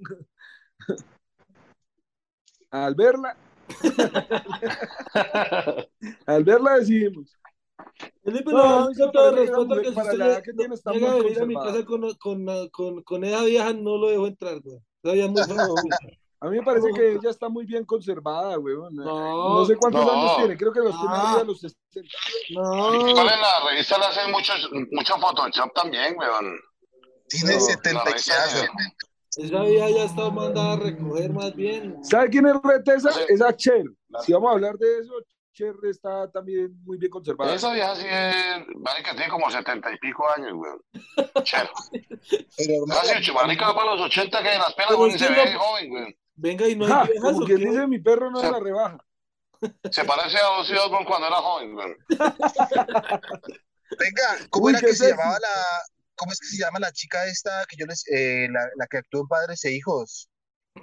[SPEAKER 1] Al verla, *laughs* al verla decidimos.
[SPEAKER 2] Felipe,
[SPEAKER 1] No,
[SPEAKER 2] lo
[SPEAKER 1] a
[SPEAKER 2] hago
[SPEAKER 1] mí sí
[SPEAKER 2] con
[SPEAKER 1] me
[SPEAKER 2] todo
[SPEAKER 1] parece que esa mujer
[SPEAKER 2] respeto que si
[SPEAKER 1] para
[SPEAKER 2] usted
[SPEAKER 1] la edad
[SPEAKER 2] lle-
[SPEAKER 1] que
[SPEAKER 2] no-
[SPEAKER 1] tiene está
[SPEAKER 2] llega a
[SPEAKER 1] muy
[SPEAKER 2] venir a mi casa
[SPEAKER 1] conservada.
[SPEAKER 2] con, con, con, con esa vieja, no lo dejo entrar, güey. Esa vieja es muy
[SPEAKER 1] No,
[SPEAKER 7] *laughs*
[SPEAKER 2] fastidiosa.
[SPEAKER 1] a mí me parece
[SPEAKER 6] *laughs*
[SPEAKER 1] que ella está muy bien conservada, weón. ¿eh? No
[SPEAKER 2] No,
[SPEAKER 1] sé cuántos años
[SPEAKER 4] no.
[SPEAKER 1] tiene, creo que los tiene arriba de
[SPEAKER 2] ah,
[SPEAKER 1] los 60.
[SPEAKER 2] no.
[SPEAKER 4] ¿Cuál es la revista? Le hacen mucho, mucho Photoshop también, weón.
[SPEAKER 6] Tiene
[SPEAKER 1] No.
[SPEAKER 4] La
[SPEAKER 6] 70 y
[SPEAKER 4] revista
[SPEAKER 6] algo.
[SPEAKER 4] de
[SPEAKER 2] Esa vieja ya está mandada a recoger más bien.
[SPEAKER 1] ¿Sabe quién es retesa?
[SPEAKER 4] Sí.
[SPEAKER 1] Esa Cher.
[SPEAKER 4] La-
[SPEAKER 1] Si vamos a hablar de eso, Cher está también muy bien conservada.
[SPEAKER 4] Esa vieja sí es, marica, tiene como setenta y pico años, weón. Chero.
[SPEAKER 6] Pero hermano,
[SPEAKER 4] Casi, ocho-
[SPEAKER 6] a mí,
[SPEAKER 4] marica, va para los ochenta que las pelas,
[SPEAKER 2] Pero
[SPEAKER 4] weón,
[SPEAKER 2] es
[SPEAKER 4] y
[SPEAKER 2] que
[SPEAKER 4] se
[SPEAKER 2] no,
[SPEAKER 4] ve joven, weón.
[SPEAKER 2] venga y no hay
[SPEAKER 1] Ja,
[SPEAKER 2] viejas
[SPEAKER 1] como
[SPEAKER 2] o
[SPEAKER 1] quien
[SPEAKER 2] qué.
[SPEAKER 1] dice, mi perro no es
[SPEAKER 4] Se,
[SPEAKER 1] la rebaja.
[SPEAKER 4] se parece a Ozzy Osbourne cuando era joven, weón.
[SPEAKER 6] venga, ¿cómo
[SPEAKER 1] Uy,
[SPEAKER 6] era
[SPEAKER 1] qué
[SPEAKER 6] que se llamaba
[SPEAKER 1] sexy.
[SPEAKER 6] la, cómo es que se llama la chica esta que yo les, eh, la, la que actuó en Padres e Hijos?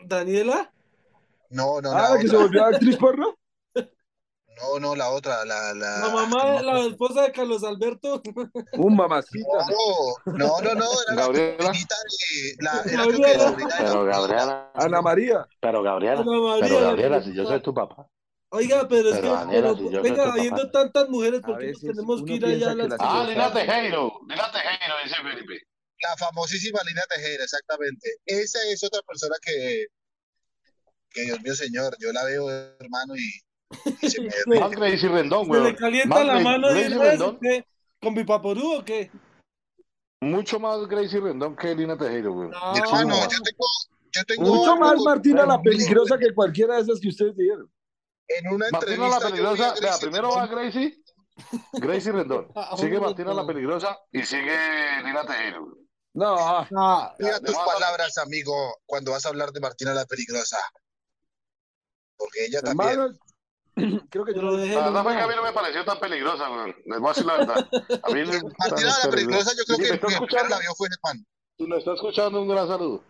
[SPEAKER 2] Daniela,
[SPEAKER 6] No, no,
[SPEAKER 1] Ah,
[SPEAKER 6] la
[SPEAKER 1] la que se
[SPEAKER 6] otra.
[SPEAKER 1] volvió actriz porno.
[SPEAKER 6] No, no, la otra,
[SPEAKER 2] la
[SPEAKER 6] la, la, ay,
[SPEAKER 2] mamá,
[SPEAKER 6] que Ah, no me
[SPEAKER 2] de- la
[SPEAKER 6] acuerdo.
[SPEAKER 2] esposa de Carlos Alberto, *laughs*
[SPEAKER 1] Un mamacita.
[SPEAKER 6] No, no, no, no,
[SPEAKER 7] *laughs*
[SPEAKER 6] era la
[SPEAKER 7] Gabriela.
[SPEAKER 6] sobrinita de, la, era creo que la
[SPEAKER 2] Gabriela,
[SPEAKER 6] sobrina de la
[SPEAKER 7] Pero
[SPEAKER 6] fundadora.
[SPEAKER 7] Gabriela,
[SPEAKER 1] Ana María.
[SPEAKER 7] pero Gabriela,
[SPEAKER 2] Ana
[SPEAKER 7] pero
[SPEAKER 2] María, la que
[SPEAKER 7] Gabriela,
[SPEAKER 2] le
[SPEAKER 7] si yo soy
[SPEAKER 2] gusta.
[SPEAKER 7] tu papá.
[SPEAKER 2] Oiga, pero es
[SPEAKER 7] Pero
[SPEAKER 2] que,
[SPEAKER 7] Daniela,
[SPEAKER 2] pero
[SPEAKER 7] si yo soy
[SPEAKER 2] venga,
[SPEAKER 7] tu papá.
[SPEAKER 2] habiendo tantas mujeres,
[SPEAKER 1] A
[SPEAKER 2] ¿por qué nos
[SPEAKER 1] veces
[SPEAKER 2] tenemos
[SPEAKER 1] uno
[SPEAKER 2] que ir allá
[SPEAKER 1] piensa
[SPEAKER 2] a
[SPEAKER 1] que las
[SPEAKER 2] las
[SPEAKER 4] Ah, Lina
[SPEAKER 1] cosas.
[SPEAKER 4] Tejero, Lina Tejero, dice Felipe.
[SPEAKER 6] La famosísima Lina Tejera, exactamente. Esa es otra persona que, que Dios mío, señor, yo la veo, hermano, y, y
[SPEAKER 1] *laughs*
[SPEAKER 6] se me
[SPEAKER 2] se,
[SPEAKER 7] Más
[SPEAKER 6] derrite.
[SPEAKER 7] Gracie Rendón,
[SPEAKER 2] se le
[SPEAKER 7] weón.
[SPEAKER 2] calienta
[SPEAKER 7] Más
[SPEAKER 2] la
[SPEAKER 7] Gra-
[SPEAKER 2] mano de
[SPEAKER 7] Gracie
[SPEAKER 2] una vez, ¿o
[SPEAKER 7] Rendón,
[SPEAKER 2] qué? ¿Con mi paporú o qué?
[SPEAKER 7] mucho más Gracie Rendón que Lina Tejero, weón. Muchísimo
[SPEAKER 6] Hermano,
[SPEAKER 2] No,
[SPEAKER 7] más.
[SPEAKER 6] yo tengo, yo tengo
[SPEAKER 1] Mucho
[SPEAKER 6] algo
[SPEAKER 1] más,
[SPEAKER 6] con
[SPEAKER 1] Martina, la
[SPEAKER 6] Gracie,
[SPEAKER 1] peligrosa que cualquiera de esas que ustedes dijeron.
[SPEAKER 6] En una
[SPEAKER 7] Martina
[SPEAKER 6] entrevista yo
[SPEAKER 7] la
[SPEAKER 6] vi a este
[SPEAKER 7] peligrosa, vea,
[SPEAKER 6] Gracie
[SPEAKER 7] primero va
[SPEAKER 6] Rendón.
[SPEAKER 7] Gracie,
[SPEAKER 6] *laughs*
[SPEAKER 7] Gracie Rendón.
[SPEAKER 2] Ah,
[SPEAKER 7] Sigue
[SPEAKER 2] hombre,
[SPEAKER 7] Martina la
[SPEAKER 2] no.
[SPEAKER 7] peligrosa.
[SPEAKER 4] Y sigue Lina Tejero.
[SPEAKER 1] No,
[SPEAKER 2] Ah,
[SPEAKER 4] Ya,
[SPEAKER 6] Cuida tus
[SPEAKER 4] dejemos hablar.
[SPEAKER 6] palabras, amigo, cuando vas a hablar de Martina la Peligrosa, porque ella también.
[SPEAKER 1] hermanos, *clears throat* creo que yo no
[SPEAKER 2] pero
[SPEAKER 1] vi
[SPEAKER 4] La
[SPEAKER 2] déjelo
[SPEAKER 4] verdad fue que a mí
[SPEAKER 2] hablar.
[SPEAKER 4] no me pareció tan peligrosa, weón. Les voy a decir la verdad. A mí
[SPEAKER 6] Eh, Martina
[SPEAKER 7] Tan
[SPEAKER 6] la
[SPEAKER 7] peligrosa.
[SPEAKER 6] Peligrosa, yo creo
[SPEAKER 7] Y
[SPEAKER 6] que
[SPEAKER 7] me
[SPEAKER 6] el
[SPEAKER 7] está
[SPEAKER 6] que primero la
[SPEAKER 7] escuchando,
[SPEAKER 6] vio fue Germán.
[SPEAKER 7] y me está escuchando, un gran saludo.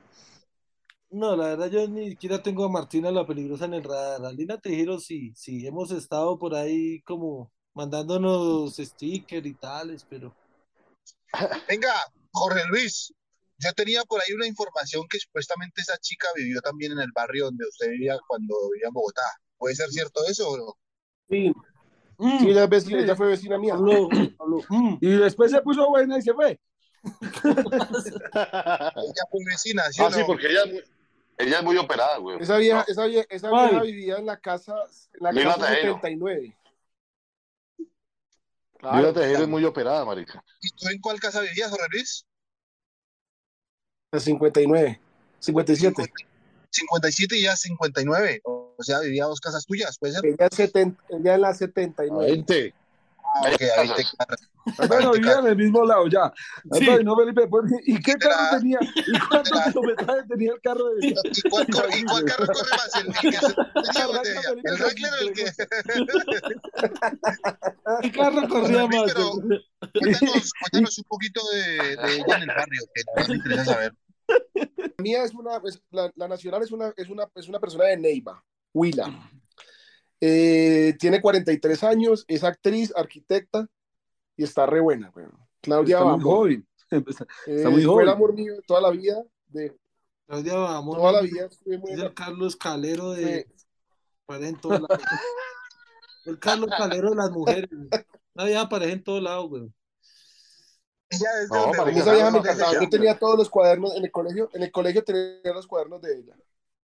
[SPEAKER 2] No, la verdad yo ni siquiera tengo a Martina la peligrosa en el radar. A Lina Tejero sí, sí, hemos estado por ahí como mandándonos stickers y tales, pero
[SPEAKER 6] Venga, Jorge Luis, Yo tenía por ahí una información que supuestamente esa chica vivió también en el barrio donde usted vivía cuando vivía en Bogotá. ¿Puede ser cierto eso o no?
[SPEAKER 1] Sí.
[SPEAKER 2] Mm,
[SPEAKER 5] Sí, ella, es vecina, ella fue vecina mía.
[SPEAKER 2] Pablo, mm,
[SPEAKER 1] Y después se puso buena y se fue.
[SPEAKER 6] Ella fue vecina, ¿sí o
[SPEAKER 4] Ah, sí,
[SPEAKER 6] no?
[SPEAKER 4] porque ella, es muy- ella es muy operada, güey.
[SPEAKER 5] Esa vieja, esa vieja, esa
[SPEAKER 2] ¿Cuál?
[SPEAKER 5] vieja vivía en la casa, en la
[SPEAKER 4] Lila
[SPEAKER 5] casa
[SPEAKER 4] Tejero.
[SPEAKER 5] 79.
[SPEAKER 7] Lila
[SPEAKER 5] Claro.
[SPEAKER 7] Tejero es muy operada, marica.
[SPEAKER 6] ¿Y tú en cuál casa vivías, Jorge Luis?
[SPEAKER 5] La 59. 57.
[SPEAKER 6] 57 y ya 59. O sea, vivía dos casas tuyas, ¿puede ser?
[SPEAKER 5] Ella, es 70, ella en la 79.
[SPEAKER 7] Gente,
[SPEAKER 6] Ah, ok, ahí te
[SPEAKER 4] casas.
[SPEAKER 6] claro.
[SPEAKER 1] Antonio
[SPEAKER 6] Ahí te
[SPEAKER 1] vivía
[SPEAKER 6] claro.
[SPEAKER 1] en el mismo lado ya. Antonio,
[SPEAKER 2] Sí.
[SPEAKER 1] no, Felipe, pues, ¿y qué carro
[SPEAKER 6] Era-
[SPEAKER 1] tenía? ¿Y cuánto
[SPEAKER 6] era-
[SPEAKER 1] kilometraje tenía el carro de ella?
[SPEAKER 6] ¿Y cuál, cor- y cuál carro corre más? ¿El, el que usted tenía o el
[SPEAKER 1] Arranca, Felipe,
[SPEAKER 6] de ella? ¿El
[SPEAKER 1] con
[SPEAKER 6] Recler
[SPEAKER 1] sus
[SPEAKER 6] o
[SPEAKER 1] *laughs*
[SPEAKER 6] el que...?
[SPEAKER 1] preguntas.
[SPEAKER 2] *laughs* ¿Qué carro corría
[SPEAKER 6] Luis,
[SPEAKER 2] más?
[SPEAKER 6] pero- Cuéntanos, cuéntanos un poquito de, de ella en el barrio, que también me interesa saber.
[SPEAKER 5] La mía es una, es- la, la nacional es una, es, una, es una persona de Neiva, Huila. Eh, tiene 43 años, es actriz, arquitecta y está re buena. weón. Claudia
[SPEAKER 1] Está muy
[SPEAKER 5] Bambón.
[SPEAKER 1] joven.
[SPEAKER 5] Eh,
[SPEAKER 1] está muy
[SPEAKER 5] Fue
[SPEAKER 1] joven.
[SPEAKER 5] el amor mío de toda la vida. De
[SPEAKER 2] Claudia Bajamón,
[SPEAKER 5] toda la vida. Fue muy-
[SPEAKER 2] Es el Carlos Calero de
[SPEAKER 5] fue-
[SPEAKER 2] pared en todos
[SPEAKER 8] *laughs*
[SPEAKER 2] lados. El Carlos Calero de las mujeres. güey. Una vieja pareja en todos lados, güey.
[SPEAKER 6] Ella desde
[SPEAKER 7] No,
[SPEAKER 6] donde
[SPEAKER 5] a mí
[SPEAKER 7] marica,
[SPEAKER 5] esa
[SPEAKER 7] nada,
[SPEAKER 5] vieja me
[SPEAKER 7] no,
[SPEAKER 5] encantaba. Yo tenía todos los cuadernos en el colegio. En el colegio tenía los cuadernos de ella.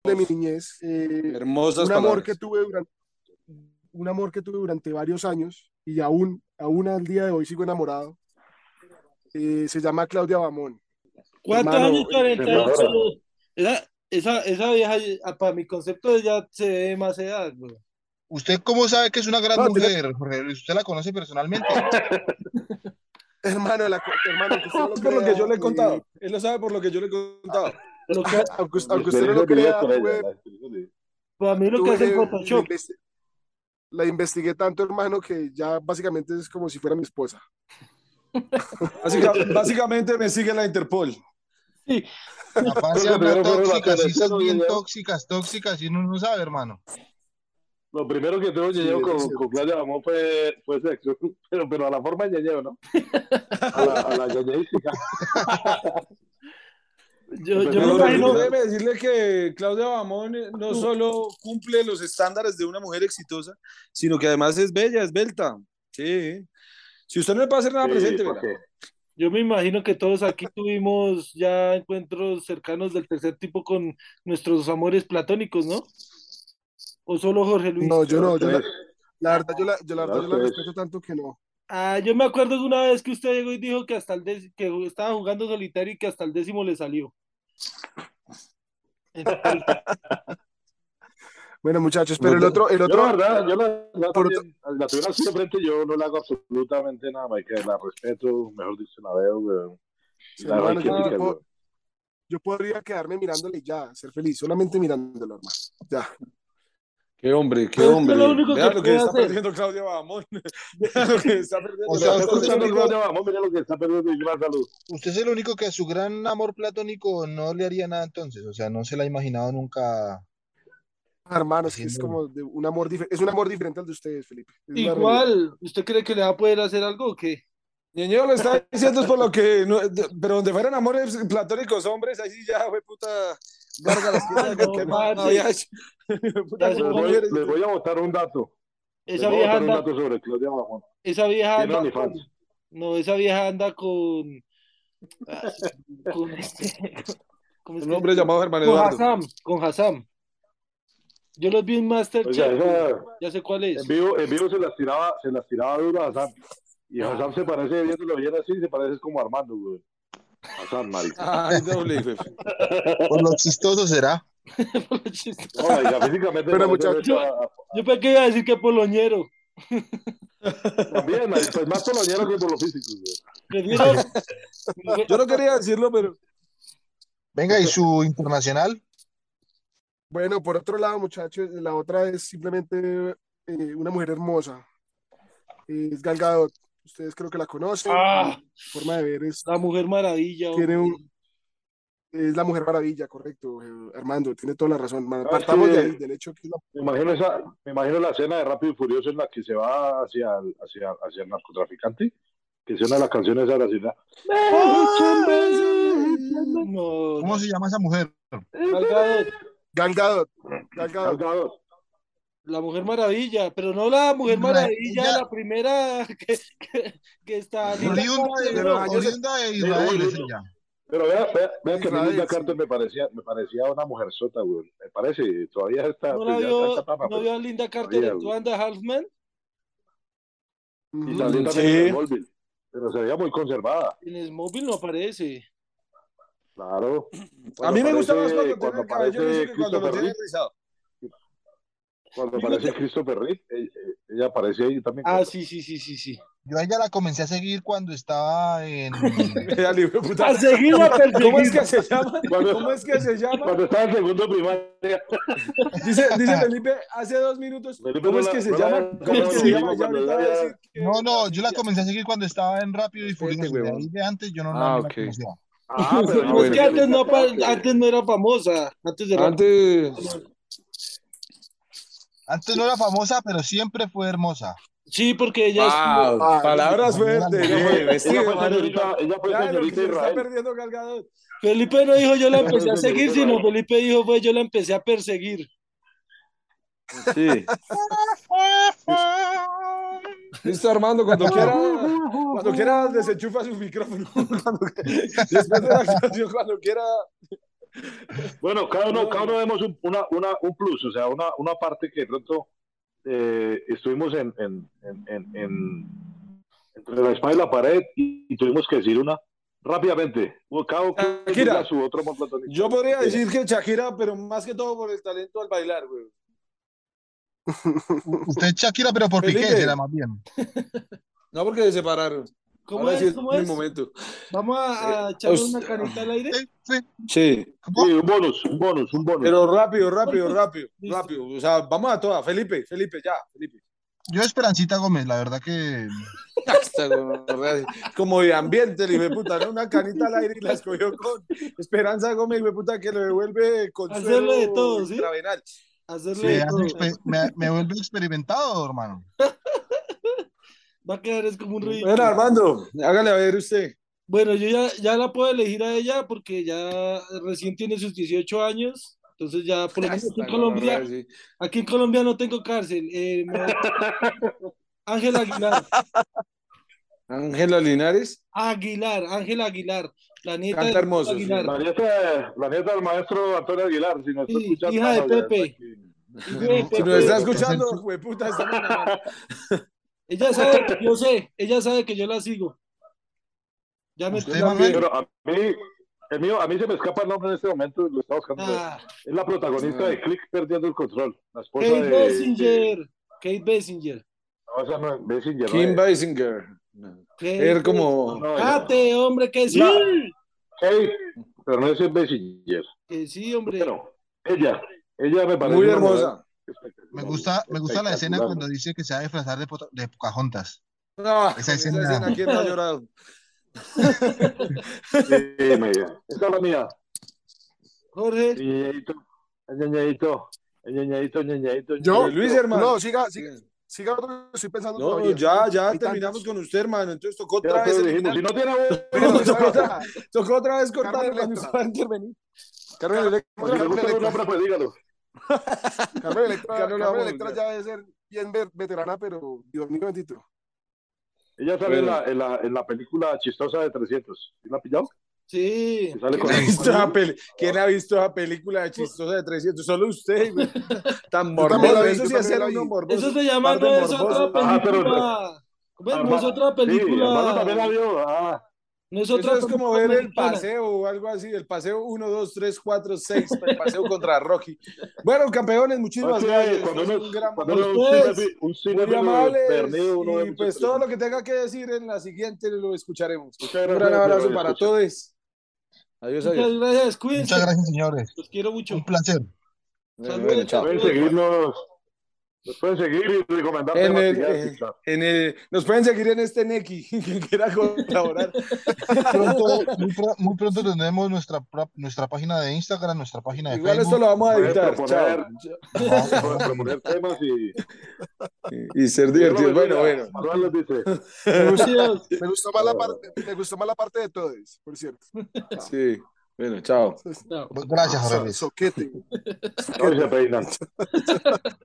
[SPEAKER 5] De mi niñez. eh,
[SPEAKER 8] Hermosas
[SPEAKER 5] un amor
[SPEAKER 8] palabras.
[SPEAKER 5] que tuve durante un amor que tuve durante varios años y aún aún al día de hoy sigo enamorado eh, se llama Claudia Bamón *laughs*
[SPEAKER 2] ¿Cuántos
[SPEAKER 5] Hermano,
[SPEAKER 2] años?
[SPEAKER 5] eh,
[SPEAKER 2] 48. Era- esa, esa vieja, ah, para mi concepto, ya se ve más edad, güey.
[SPEAKER 6] ¿Usted cómo sabe que es una gran
[SPEAKER 5] No, tiene-
[SPEAKER 6] mujer, Jorge Luis? ¿Usted la conoce
[SPEAKER 7] *laughs*
[SPEAKER 6] personalmente?
[SPEAKER 5] hermano la co- hermano aunque usted no lo
[SPEAKER 8] Por lo que yo le he
[SPEAKER 5] crea,
[SPEAKER 8] contado.
[SPEAKER 5] eh,
[SPEAKER 8] Él lo sabe por lo que yo le he contado.
[SPEAKER 2] Lo que-
[SPEAKER 5] aunque, aunque usted no lo crea tuve,
[SPEAKER 2] para mí lo que hace el
[SPEAKER 5] tuve- la,
[SPEAKER 2] Photoshop.
[SPEAKER 5] investi- la investigué tanto hermano que ya básicamente es como si fuera mi esposa
[SPEAKER 8] Básica- básicamente me sigue la Interpol.
[SPEAKER 6] Capaz
[SPEAKER 7] Creo
[SPEAKER 6] se
[SPEAKER 7] que
[SPEAKER 6] anda
[SPEAKER 7] primero fueron las
[SPEAKER 6] tóxicas, si esas
[SPEAKER 7] terceras,
[SPEAKER 6] bien
[SPEAKER 7] ¿no?
[SPEAKER 6] tóxicas, tóxicas, y uno no sabe, hermano.
[SPEAKER 7] Lo primero que tuvo
[SPEAKER 5] Sí,
[SPEAKER 7] Ñeñeo con,
[SPEAKER 5] sí.
[SPEAKER 7] con Claudia Bamón fue, fue sexo, pero, pero a la forma de Ñeñeo, ¿no? A la, a la ñeñeística.
[SPEAKER 2] Yo, yo me
[SPEAKER 8] Pero
[SPEAKER 2] imagino,
[SPEAKER 7] Empezó a
[SPEAKER 8] déjeme decirle que Claudia Bamón eh, no solo cumple los estándares de una mujer exitosa, sino que además es bella, es belta. Sí. Si usted no le puede hacer nada
[SPEAKER 7] Sí,
[SPEAKER 8] presente,
[SPEAKER 7] ¿para
[SPEAKER 8] vela.
[SPEAKER 7] qué?
[SPEAKER 2] yo me imagino que todos aquí tuvimos ya encuentros cercanos del tercer tipo con nuestros amores platónicos, ¿no? ¿O solo Jorge Luis?
[SPEAKER 5] no yo
[SPEAKER 7] Pero
[SPEAKER 5] no yo la,
[SPEAKER 7] ustedes,
[SPEAKER 5] la verdad yo la, yo la
[SPEAKER 7] pero
[SPEAKER 5] verdad yo la
[SPEAKER 7] ustedes.
[SPEAKER 5] respeto tanto que no
[SPEAKER 2] Ah, yo me acuerdo de una vez que usted llegó y dijo que hasta el dé- que estaba jugando solitario y que hasta el décimo le salió. Entonces,
[SPEAKER 5] bueno muchachos
[SPEAKER 7] No
[SPEAKER 5] pero el
[SPEAKER 7] te-
[SPEAKER 5] otro el
[SPEAKER 7] Yo la
[SPEAKER 5] otro
[SPEAKER 7] verdad, yo la verdad
[SPEAKER 5] por otro
[SPEAKER 7] también, la tuviera así de frente, yo no le hago absolutamente nada, marica, la respeto, mejor dicho, la veo, weón. Y la dejo ahí
[SPEAKER 5] hermano yo, yo
[SPEAKER 7] quietica,
[SPEAKER 5] puedo-
[SPEAKER 7] weón.
[SPEAKER 5] Yo podría quedarme mirándole y ya, ser feliz, solamente mirándolo, hermano. Ya.
[SPEAKER 8] Qué hombre, qué
[SPEAKER 2] Pero es que lo
[SPEAKER 8] hombre.
[SPEAKER 2] único que
[SPEAKER 8] Vea lo que
[SPEAKER 2] puede
[SPEAKER 8] está
[SPEAKER 2] hacer.
[SPEAKER 8] perdiendo Claudia *laughs* Bamón. Vea lo que está perdiendo.
[SPEAKER 6] O
[SPEAKER 7] Lo que
[SPEAKER 6] sea, usted
[SPEAKER 7] está
[SPEAKER 6] es el
[SPEAKER 7] escuchando
[SPEAKER 6] único,
[SPEAKER 7] Claudia Bamón, mira lo que está perdiendo y gran salud.
[SPEAKER 6] usted es el único que a su gran amor platónico no le haría nada entonces. O sea, no se la ha imaginado
[SPEAKER 7] *laughs*
[SPEAKER 6] nunca
[SPEAKER 5] Hermano, es que es
[SPEAKER 6] haciendo.
[SPEAKER 5] como de un amor diferente, es un amor diferente al de ustedes, Felipe. Es la realidad.
[SPEAKER 2] Igual, ¿usted cree que le va a poder hacer algo o qué?
[SPEAKER 8] Ñeñeo lo está diciendo es por lo que, no- de- pero donde fueran amores platónicos hombres, ahí sí ya fue puta gárgaras, quién
[SPEAKER 2] Ay,
[SPEAKER 7] *laughs*
[SPEAKER 8] sabe con
[SPEAKER 2] no,
[SPEAKER 8] qué más
[SPEAKER 2] parce.
[SPEAKER 8] había
[SPEAKER 1] *laughs*
[SPEAKER 8] hecho. Puta
[SPEAKER 2] Ya
[SPEAKER 8] como
[SPEAKER 7] Les
[SPEAKER 2] supongo-
[SPEAKER 7] voy,
[SPEAKER 8] mujeres.
[SPEAKER 7] les voy a botar un dato, les
[SPEAKER 2] Esa
[SPEAKER 7] voy a
[SPEAKER 2] vieja
[SPEAKER 7] botar un
[SPEAKER 2] anda,
[SPEAKER 7] dato sobre Claudia Bamón.
[SPEAKER 2] esa vieja
[SPEAKER 7] Tiene
[SPEAKER 2] anda
[SPEAKER 7] OnlyFans.
[SPEAKER 2] con, no, esa vieja anda con, ah, con este, ¿cómo es
[SPEAKER 8] Un
[SPEAKER 2] que se
[SPEAKER 8] hombre
[SPEAKER 2] llama?
[SPEAKER 8] llamado Germán
[SPEAKER 2] Con
[SPEAKER 8] Eduardo.
[SPEAKER 2] Hassam, con Hassam. Yo los vi en
[SPEAKER 7] Oiga,
[SPEAKER 2] Masterchef, güey.
[SPEAKER 7] esa,
[SPEAKER 2] ya sé cuál
[SPEAKER 7] en
[SPEAKER 2] es.
[SPEAKER 7] vivo, en vivo se las tiraba, se las tiraba duro a Hassan. Y
[SPEAKER 2] Ah,
[SPEAKER 7] Hassan se parece, viéndolo bien así, se parece como Armando, güey. Hassan, marica.
[SPEAKER 8] Ay, doble, güey.
[SPEAKER 6] Por lo chistoso será.
[SPEAKER 2] por lo chistoso.
[SPEAKER 7] No, marica, físicamente
[SPEAKER 5] Bueno,
[SPEAKER 7] parece
[SPEAKER 5] muchachos,
[SPEAKER 7] mucho
[SPEAKER 2] yo,
[SPEAKER 7] a, a-
[SPEAKER 2] *laughs* yo pensé que iba a decir que poloñero.
[SPEAKER 7] También, marica, pues más por lo ñero que por lo físico, güey. *laughs*
[SPEAKER 2] Prefiero,
[SPEAKER 8] Yo no quería decirlo, pero
[SPEAKER 6] Venga, ¿y su internacional?
[SPEAKER 5] bueno, por otro lado, muchachos, la otra es simplemente eh, una mujer hermosa. Eh, es Gal Gadot. Ustedes creo que la conocen.
[SPEAKER 2] ah,
[SPEAKER 5] Su forma de ver es,
[SPEAKER 2] la Mujer Maravilla,
[SPEAKER 5] tiene
[SPEAKER 2] hombre.
[SPEAKER 5] un, es la mujer maravilla, correcto, eh, Armando, tiene toda la razón. Ma-
[SPEAKER 7] ¿Sabes
[SPEAKER 5] Partamos de ahí,
[SPEAKER 7] qué?
[SPEAKER 5] del hecho que es la-
[SPEAKER 7] Me imagino, esa, me imagino la escena de Rápido y Furioso en la que se va hacia el, hacia, hacia el narcotraficante, que es una de las canciones de la ciudad.
[SPEAKER 2] No,
[SPEAKER 6] ¿Cómo
[SPEAKER 2] no.
[SPEAKER 6] se llama esa mujer?
[SPEAKER 2] Gal Gadot,
[SPEAKER 5] Gal Gadot, Gal Gadot.
[SPEAKER 2] la Mujer Maravilla, pero no la Mujer
[SPEAKER 6] Maravilla.
[SPEAKER 2] Maravilla, la primera que, que, que está.
[SPEAKER 6] Oriunda de,
[SPEAKER 5] de los años-
[SPEAKER 6] oriunda de Israel es ella.
[SPEAKER 7] Pero vea, vea, vea que a mí
[SPEAKER 5] Israel,
[SPEAKER 7] Linda
[SPEAKER 5] sí.
[SPEAKER 7] Carter me parecía, me parecía una mujer sota, güey. Me parece, todavía está,
[SPEAKER 2] ¿No la
[SPEAKER 7] pues, ya está
[SPEAKER 2] vio,
[SPEAKER 7] chapada,
[SPEAKER 2] ¿no
[SPEAKER 7] pero-
[SPEAKER 2] vio a Linda Carter
[SPEAKER 7] Todavía,
[SPEAKER 2] actuando a Halfman?
[SPEAKER 7] Y
[SPEAKER 5] Ujú.
[SPEAKER 7] salió también
[SPEAKER 1] Sí.
[SPEAKER 7] en el Smallville. Pero se veía muy conservada,
[SPEAKER 2] En el móvil no aparece.
[SPEAKER 7] claro.
[SPEAKER 1] a mí me gusta más
[SPEAKER 7] aparece-
[SPEAKER 1] cuando tiene el cabello
[SPEAKER 7] aparece
[SPEAKER 1] liso que cuando lo
[SPEAKER 7] Christopher
[SPEAKER 1] tiene
[SPEAKER 7] Reeve,
[SPEAKER 1] rizado.
[SPEAKER 7] Cuando
[SPEAKER 1] Me
[SPEAKER 7] aparece
[SPEAKER 1] gusta.
[SPEAKER 7] Christopher Reeve, eh, eh, ella aparece ahí también.
[SPEAKER 2] Ah, sí, sí, sí, sí, sí.
[SPEAKER 6] Yo a ella la comencé a seguir cuando estaba
[SPEAKER 1] *laughs*
[SPEAKER 6] en.
[SPEAKER 1] Ya le digo, puta.
[SPEAKER 7] *laughs*
[SPEAKER 2] A seguir o a
[SPEAKER 1] ¿Cómo es
[SPEAKER 2] perseguir.
[SPEAKER 1] que se llama?
[SPEAKER 7] Cuando-
[SPEAKER 1] ¿Cómo es que se llama?
[SPEAKER 7] Cuando estaba en segundo primaria.
[SPEAKER 1] Dice, dice Felipe hace dos minutos.
[SPEAKER 7] Felipe,
[SPEAKER 1] ¿Cómo
[SPEAKER 7] no
[SPEAKER 1] es
[SPEAKER 7] la-
[SPEAKER 1] que se
[SPEAKER 7] no la
[SPEAKER 1] llama?
[SPEAKER 7] hagas
[SPEAKER 1] ¿Cómo es que
[SPEAKER 2] lo
[SPEAKER 1] se llama?
[SPEAKER 7] mismo
[SPEAKER 1] Ya
[SPEAKER 7] cuando
[SPEAKER 1] ahorita
[SPEAKER 7] ya-
[SPEAKER 1] va a decir que.
[SPEAKER 6] No, no, yo la
[SPEAKER 1] Ya-
[SPEAKER 6] comencé a seguir cuando estaba en Rápido y
[SPEAKER 1] Respete,
[SPEAKER 6] Furioso. De
[SPEAKER 1] huevón.
[SPEAKER 6] ahí de antes yo no la,
[SPEAKER 1] Ah,
[SPEAKER 6] no la
[SPEAKER 1] ok.
[SPEAKER 6] conocía.
[SPEAKER 7] Ah, pero
[SPEAKER 1] Ah,
[SPEAKER 7] yo
[SPEAKER 2] Pero es
[SPEAKER 7] pensé
[SPEAKER 2] que
[SPEAKER 1] bueno.
[SPEAKER 7] que
[SPEAKER 2] antes no,
[SPEAKER 7] Linda
[SPEAKER 2] apa-
[SPEAKER 7] Carter.
[SPEAKER 2] antes no era famosa. Antes era.
[SPEAKER 1] Antes.
[SPEAKER 6] Antes no era famosa, pero siempre fue hermosa.
[SPEAKER 2] Sí, porque ella estuvo.
[SPEAKER 1] Wow,
[SPEAKER 5] Ah,
[SPEAKER 1] palabras fuertes.
[SPEAKER 7] Ella fue,
[SPEAKER 1] eh,
[SPEAKER 7] ella
[SPEAKER 1] Investigue,
[SPEAKER 7] fue señorita,
[SPEAKER 1] Manuelita.
[SPEAKER 7] ella fue
[SPEAKER 1] Vea lo que
[SPEAKER 7] señorita
[SPEAKER 1] se le está
[SPEAKER 7] Israel.
[SPEAKER 1] perdiendo cargador.
[SPEAKER 2] Felipe no dijo yo la
[SPEAKER 7] Ella fue
[SPEAKER 2] empecé a seguir,
[SPEAKER 7] señorita
[SPEAKER 2] sino
[SPEAKER 7] Israel.
[SPEAKER 2] Felipe dijo fue yo la empecé a perseguir.
[SPEAKER 1] Sí. Listo, Armando, cuando quiera, cuando quiera desenchufa su micrófono. *laughs* Cuando que- después de la actuación, cuando quiera.
[SPEAKER 7] Bueno, cada uno,
[SPEAKER 1] No,
[SPEAKER 7] cada uno vemos un, una, una, un plus, o sea, una, una parte que de pronto eh, estuvimos en, en, en, en- en- entre la espalda y la pared y, y tuvimos que decir una rápidamente. Bueno, Cada uno que
[SPEAKER 1] Shakira.
[SPEAKER 7] diga su otro amor platónico.
[SPEAKER 1] Yo podría decir que Shakira, pero más que todo por el talento al bailar, güey.
[SPEAKER 6] Usted es Shakira, pero por
[SPEAKER 1] *laughs*
[SPEAKER 6] Piqué
[SPEAKER 1] Felipe.
[SPEAKER 6] será más bien.
[SPEAKER 1] No porque se separaron.
[SPEAKER 2] ¿Cómo
[SPEAKER 1] Ahora sí
[SPEAKER 2] es?
[SPEAKER 1] es
[SPEAKER 2] ¿Cómo
[SPEAKER 1] mi
[SPEAKER 2] es?
[SPEAKER 1] momento. Eh, pues,
[SPEAKER 2] Vamos a, a echarle una
[SPEAKER 1] Hostia.
[SPEAKER 2] canita al aire.
[SPEAKER 6] Sí, sí.
[SPEAKER 1] Sí.
[SPEAKER 7] Sí, un bonus, un bonus, un bonus.
[SPEAKER 1] Pero rápido, rápido,
[SPEAKER 2] Listo.
[SPEAKER 1] rápido, rápido. O sea, vamos a todas. Felipe, Felipe, ya, Felipe.
[SPEAKER 6] Yo Esperancita Gómez, la verdad que
[SPEAKER 1] Hasta gonorrea. Como de ambiente, el hijo de puta, ¿no? Una canita al aire y la escogió con Esperanza Gómez, hijo de puta, que le devuelve consuelo
[SPEAKER 2] Hacerle de todo, ¿sí?
[SPEAKER 1] intravenal.
[SPEAKER 2] Hacerle
[SPEAKER 6] me,
[SPEAKER 2] de
[SPEAKER 1] Sí.
[SPEAKER 6] hace
[SPEAKER 2] todo.
[SPEAKER 6] expe- me, me vuelve experimentado, hermano.
[SPEAKER 2] Va a quedar es como un
[SPEAKER 1] Bueno,
[SPEAKER 2] ridículo.
[SPEAKER 1] Armando, hágale a ver usted.
[SPEAKER 2] Bueno, yo ya, ya la puedo elegir a ella porque ya recién tiene sus 18 años. Entonces ya, por lo menos aquí
[SPEAKER 1] Hasta
[SPEAKER 2] en Colombia,
[SPEAKER 1] gonorrea, sí.
[SPEAKER 2] aquí en Colombia no tengo cárcel. Eh, me
[SPEAKER 1] *laughs*
[SPEAKER 2] voy- Ángela Aguilar,
[SPEAKER 1] Ángela Linares,
[SPEAKER 2] Aguilar, Ángela Aguilar, la nieta de
[SPEAKER 1] canta
[SPEAKER 2] Ángela
[SPEAKER 1] hermoso, sí.
[SPEAKER 2] Aguilar,
[SPEAKER 7] La nieta, la nieta del maestro Antonio Aguilar, si nos está
[SPEAKER 2] sí,
[SPEAKER 7] escuchando,
[SPEAKER 2] hija de
[SPEAKER 7] la verdad
[SPEAKER 2] Pepe,
[SPEAKER 7] que-
[SPEAKER 2] hija de
[SPEAKER 1] Si nos está
[SPEAKER 2] Pepe.
[SPEAKER 1] escuchando, hijo de puta, estamos mamando.
[SPEAKER 2] Ella sabe, yo sé, ella sabe que yo la sigo. Ya me
[SPEAKER 1] Yo
[SPEAKER 6] Usted,
[SPEAKER 1] también.
[SPEAKER 6] Manuel,
[SPEAKER 7] Pero a mí, el mío, a mí se me escapa el nombre en este momento, lo estaba buscando.
[SPEAKER 2] Ah,
[SPEAKER 7] Es la protagonista
[SPEAKER 1] Ah.
[SPEAKER 7] de Click perdiendo el control, la esposa
[SPEAKER 2] Kate
[SPEAKER 7] de, de-
[SPEAKER 2] Bessinger, Kate Bessinger,
[SPEAKER 7] no, esa no es Bessinger, no
[SPEAKER 1] Kim
[SPEAKER 7] es.
[SPEAKER 1] Basinger.
[SPEAKER 2] Kate
[SPEAKER 1] Era
[SPEAKER 2] Bessinger.
[SPEAKER 7] No,
[SPEAKER 1] como.
[SPEAKER 7] no, esa no.
[SPEAKER 2] Kate, hombre, que sí,
[SPEAKER 7] La Kate, pero no es Bessinger.
[SPEAKER 2] que sí, hombre.
[SPEAKER 7] Bueno, ella, ella me parece
[SPEAKER 1] Muy
[SPEAKER 7] una mujer
[SPEAKER 1] hermosa.
[SPEAKER 6] me
[SPEAKER 7] espectacular,
[SPEAKER 6] gusta, me gusta la escena
[SPEAKER 7] espectacular.
[SPEAKER 6] cuando dice que se va a disfrazar de, Poto- de Pocahontas.
[SPEAKER 1] No,
[SPEAKER 6] Esa
[SPEAKER 1] con esa
[SPEAKER 6] escena.
[SPEAKER 1] escena, ¿quién no ha llorado?
[SPEAKER 7] Sí, me- esa es la mía.
[SPEAKER 2] Jorge,
[SPEAKER 7] Ñeñadito, ñeñadito, ñeñadito, ñeñadito,
[SPEAKER 5] ¿Yo?
[SPEAKER 1] Pero Luis,
[SPEAKER 7] ñeñadito.
[SPEAKER 1] hermano.
[SPEAKER 5] No, siga, siga,
[SPEAKER 1] Sí.
[SPEAKER 5] siga otro que estoy pensando
[SPEAKER 1] No,
[SPEAKER 5] todavía.
[SPEAKER 1] ya, ya
[SPEAKER 5] Hay
[SPEAKER 1] terminamos
[SPEAKER 5] tantos.
[SPEAKER 1] con usted, hermano. Entonces tocó
[SPEAKER 7] Ya
[SPEAKER 1] otra
[SPEAKER 7] te
[SPEAKER 1] vez
[SPEAKER 7] lo dijimos.
[SPEAKER 1] eliminar.
[SPEAKER 7] Si no tiene
[SPEAKER 5] Bueno, *laughs*
[SPEAKER 1] No,
[SPEAKER 7] voz,
[SPEAKER 5] esa
[SPEAKER 1] tocó
[SPEAKER 5] otra.
[SPEAKER 1] otra, tocó otra vez
[SPEAKER 5] Carmen
[SPEAKER 1] cortarle cuando
[SPEAKER 5] Electra.
[SPEAKER 1] usted va a intervenir. *laughs* Carmen
[SPEAKER 7] si
[SPEAKER 1] Electra.
[SPEAKER 7] le
[SPEAKER 5] Carmen
[SPEAKER 7] gusta algún
[SPEAKER 5] Electra.
[SPEAKER 7] nombre, pues dígalo.
[SPEAKER 5] Carmen Electra,
[SPEAKER 1] Carmen la
[SPEAKER 5] Carmen
[SPEAKER 1] vamos a
[SPEAKER 5] Electra
[SPEAKER 1] buscar.
[SPEAKER 5] ya debe ser bien ve- veterana, pero Dios mío bendito.
[SPEAKER 7] Ella sale en
[SPEAKER 1] Bueno,
[SPEAKER 7] la, en la, en la película chistosa de 300. ¿Sí la ha pillado?
[SPEAKER 2] sí.
[SPEAKER 7] Que sale
[SPEAKER 1] ¿quién
[SPEAKER 7] con
[SPEAKER 1] ha
[SPEAKER 7] el
[SPEAKER 1] visto esa
[SPEAKER 7] compañero.
[SPEAKER 1] peli- ¿Quién ha visto esa película de chistosa de 300? Solo usted,
[SPEAKER 5] *laughs*
[SPEAKER 1] güey. puta. Tan
[SPEAKER 5] Yo también
[SPEAKER 1] morboso.
[SPEAKER 5] la vi,
[SPEAKER 1] Eso sí
[SPEAKER 5] yo
[SPEAKER 1] es
[SPEAKER 5] también
[SPEAKER 1] ser
[SPEAKER 5] la
[SPEAKER 1] uno
[SPEAKER 5] vi.
[SPEAKER 2] Eso
[SPEAKER 1] morboso.
[SPEAKER 2] se llama,
[SPEAKER 1] Par de
[SPEAKER 2] no es
[SPEAKER 1] morbosos.
[SPEAKER 2] otra
[SPEAKER 7] Ah, pero
[SPEAKER 2] película. ¿Cómo es? No es
[SPEAKER 7] Arma-
[SPEAKER 2] otra
[SPEAKER 7] sí, Armando
[SPEAKER 2] película.
[SPEAKER 7] también la vio. Ah,
[SPEAKER 2] No es
[SPEAKER 1] Eso
[SPEAKER 2] otra
[SPEAKER 1] es como
[SPEAKER 2] película
[SPEAKER 1] ver el
[SPEAKER 2] americana.
[SPEAKER 1] paseo o algo así, el paseo 1, 2, 3, 4,
[SPEAKER 2] *laughs*
[SPEAKER 1] 6, el paseo contra Rocky. Bueno, campeones,
[SPEAKER 7] no, es
[SPEAKER 1] muchísimas
[SPEAKER 7] que
[SPEAKER 1] gracias.
[SPEAKER 7] cuando
[SPEAKER 1] Ustedes son
[SPEAKER 7] uno,
[SPEAKER 1] un gran
[SPEAKER 7] cuando
[SPEAKER 2] A
[SPEAKER 7] uno es
[SPEAKER 1] momento.
[SPEAKER 7] un
[SPEAKER 2] ustedes,
[SPEAKER 7] cinéfilo, un
[SPEAKER 1] Muy
[SPEAKER 7] cinéfilo
[SPEAKER 1] amables
[SPEAKER 7] perdido, uno ve
[SPEAKER 1] y
[SPEAKER 7] muchas
[SPEAKER 1] pues todo lo
[SPEAKER 7] películas.
[SPEAKER 1] que tenga que decir en la siguiente lo escucharemos.
[SPEAKER 7] Muchas
[SPEAKER 1] Un gran
[SPEAKER 7] gracias, mi
[SPEAKER 1] abrazo
[SPEAKER 7] radio
[SPEAKER 1] para
[SPEAKER 7] escucha.
[SPEAKER 1] todos. Adiós,
[SPEAKER 2] muchas
[SPEAKER 1] adiós.
[SPEAKER 2] gracias.
[SPEAKER 6] Muchas
[SPEAKER 2] Cuídense.
[SPEAKER 6] gracias, señores. *laughs*
[SPEAKER 2] Los quiero mucho.
[SPEAKER 6] Un placer.
[SPEAKER 1] Bueno,
[SPEAKER 2] Saludos
[SPEAKER 1] bueno,
[SPEAKER 2] a
[SPEAKER 1] chao.
[SPEAKER 7] Pueden
[SPEAKER 2] todos.
[SPEAKER 7] seguirnos Nos pueden seguir y recomendar
[SPEAKER 1] En
[SPEAKER 7] temas
[SPEAKER 1] el- eh,
[SPEAKER 7] psiquiátricos.
[SPEAKER 1] En el- nos pueden seguir en este Neki, *laughs* que quiera colaborar.
[SPEAKER 6] Pronto, muy, pro- muy pronto tendremos nuestra, pro- nuestra página de Instagram, nuestra página de
[SPEAKER 1] Igual esto
[SPEAKER 6] Facebook.
[SPEAKER 1] lo vamos a
[SPEAKER 7] Pueden
[SPEAKER 1] editar.
[SPEAKER 7] proponer.
[SPEAKER 1] chao.
[SPEAKER 7] Se pueden proponer temas y.
[SPEAKER 1] Y, y ser *laughs* divertido. Bueno, bueno.
[SPEAKER 7] Manuel
[SPEAKER 1] *laughs*
[SPEAKER 7] les dice.
[SPEAKER 5] Me gusta,
[SPEAKER 2] Dios.
[SPEAKER 5] me gustó más la parte, me gustó más la parte de todos, por cierto.
[SPEAKER 1] Sí. Bueno, chao.
[SPEAKER 2] Chao.
[SPEAKER 6] Ah, Gracias,
[SPEAKER 5] So-
[SPEAKER 6] Javier.
[SPEAKER 5] soquete.
[SPEAKER 7] No se peinan.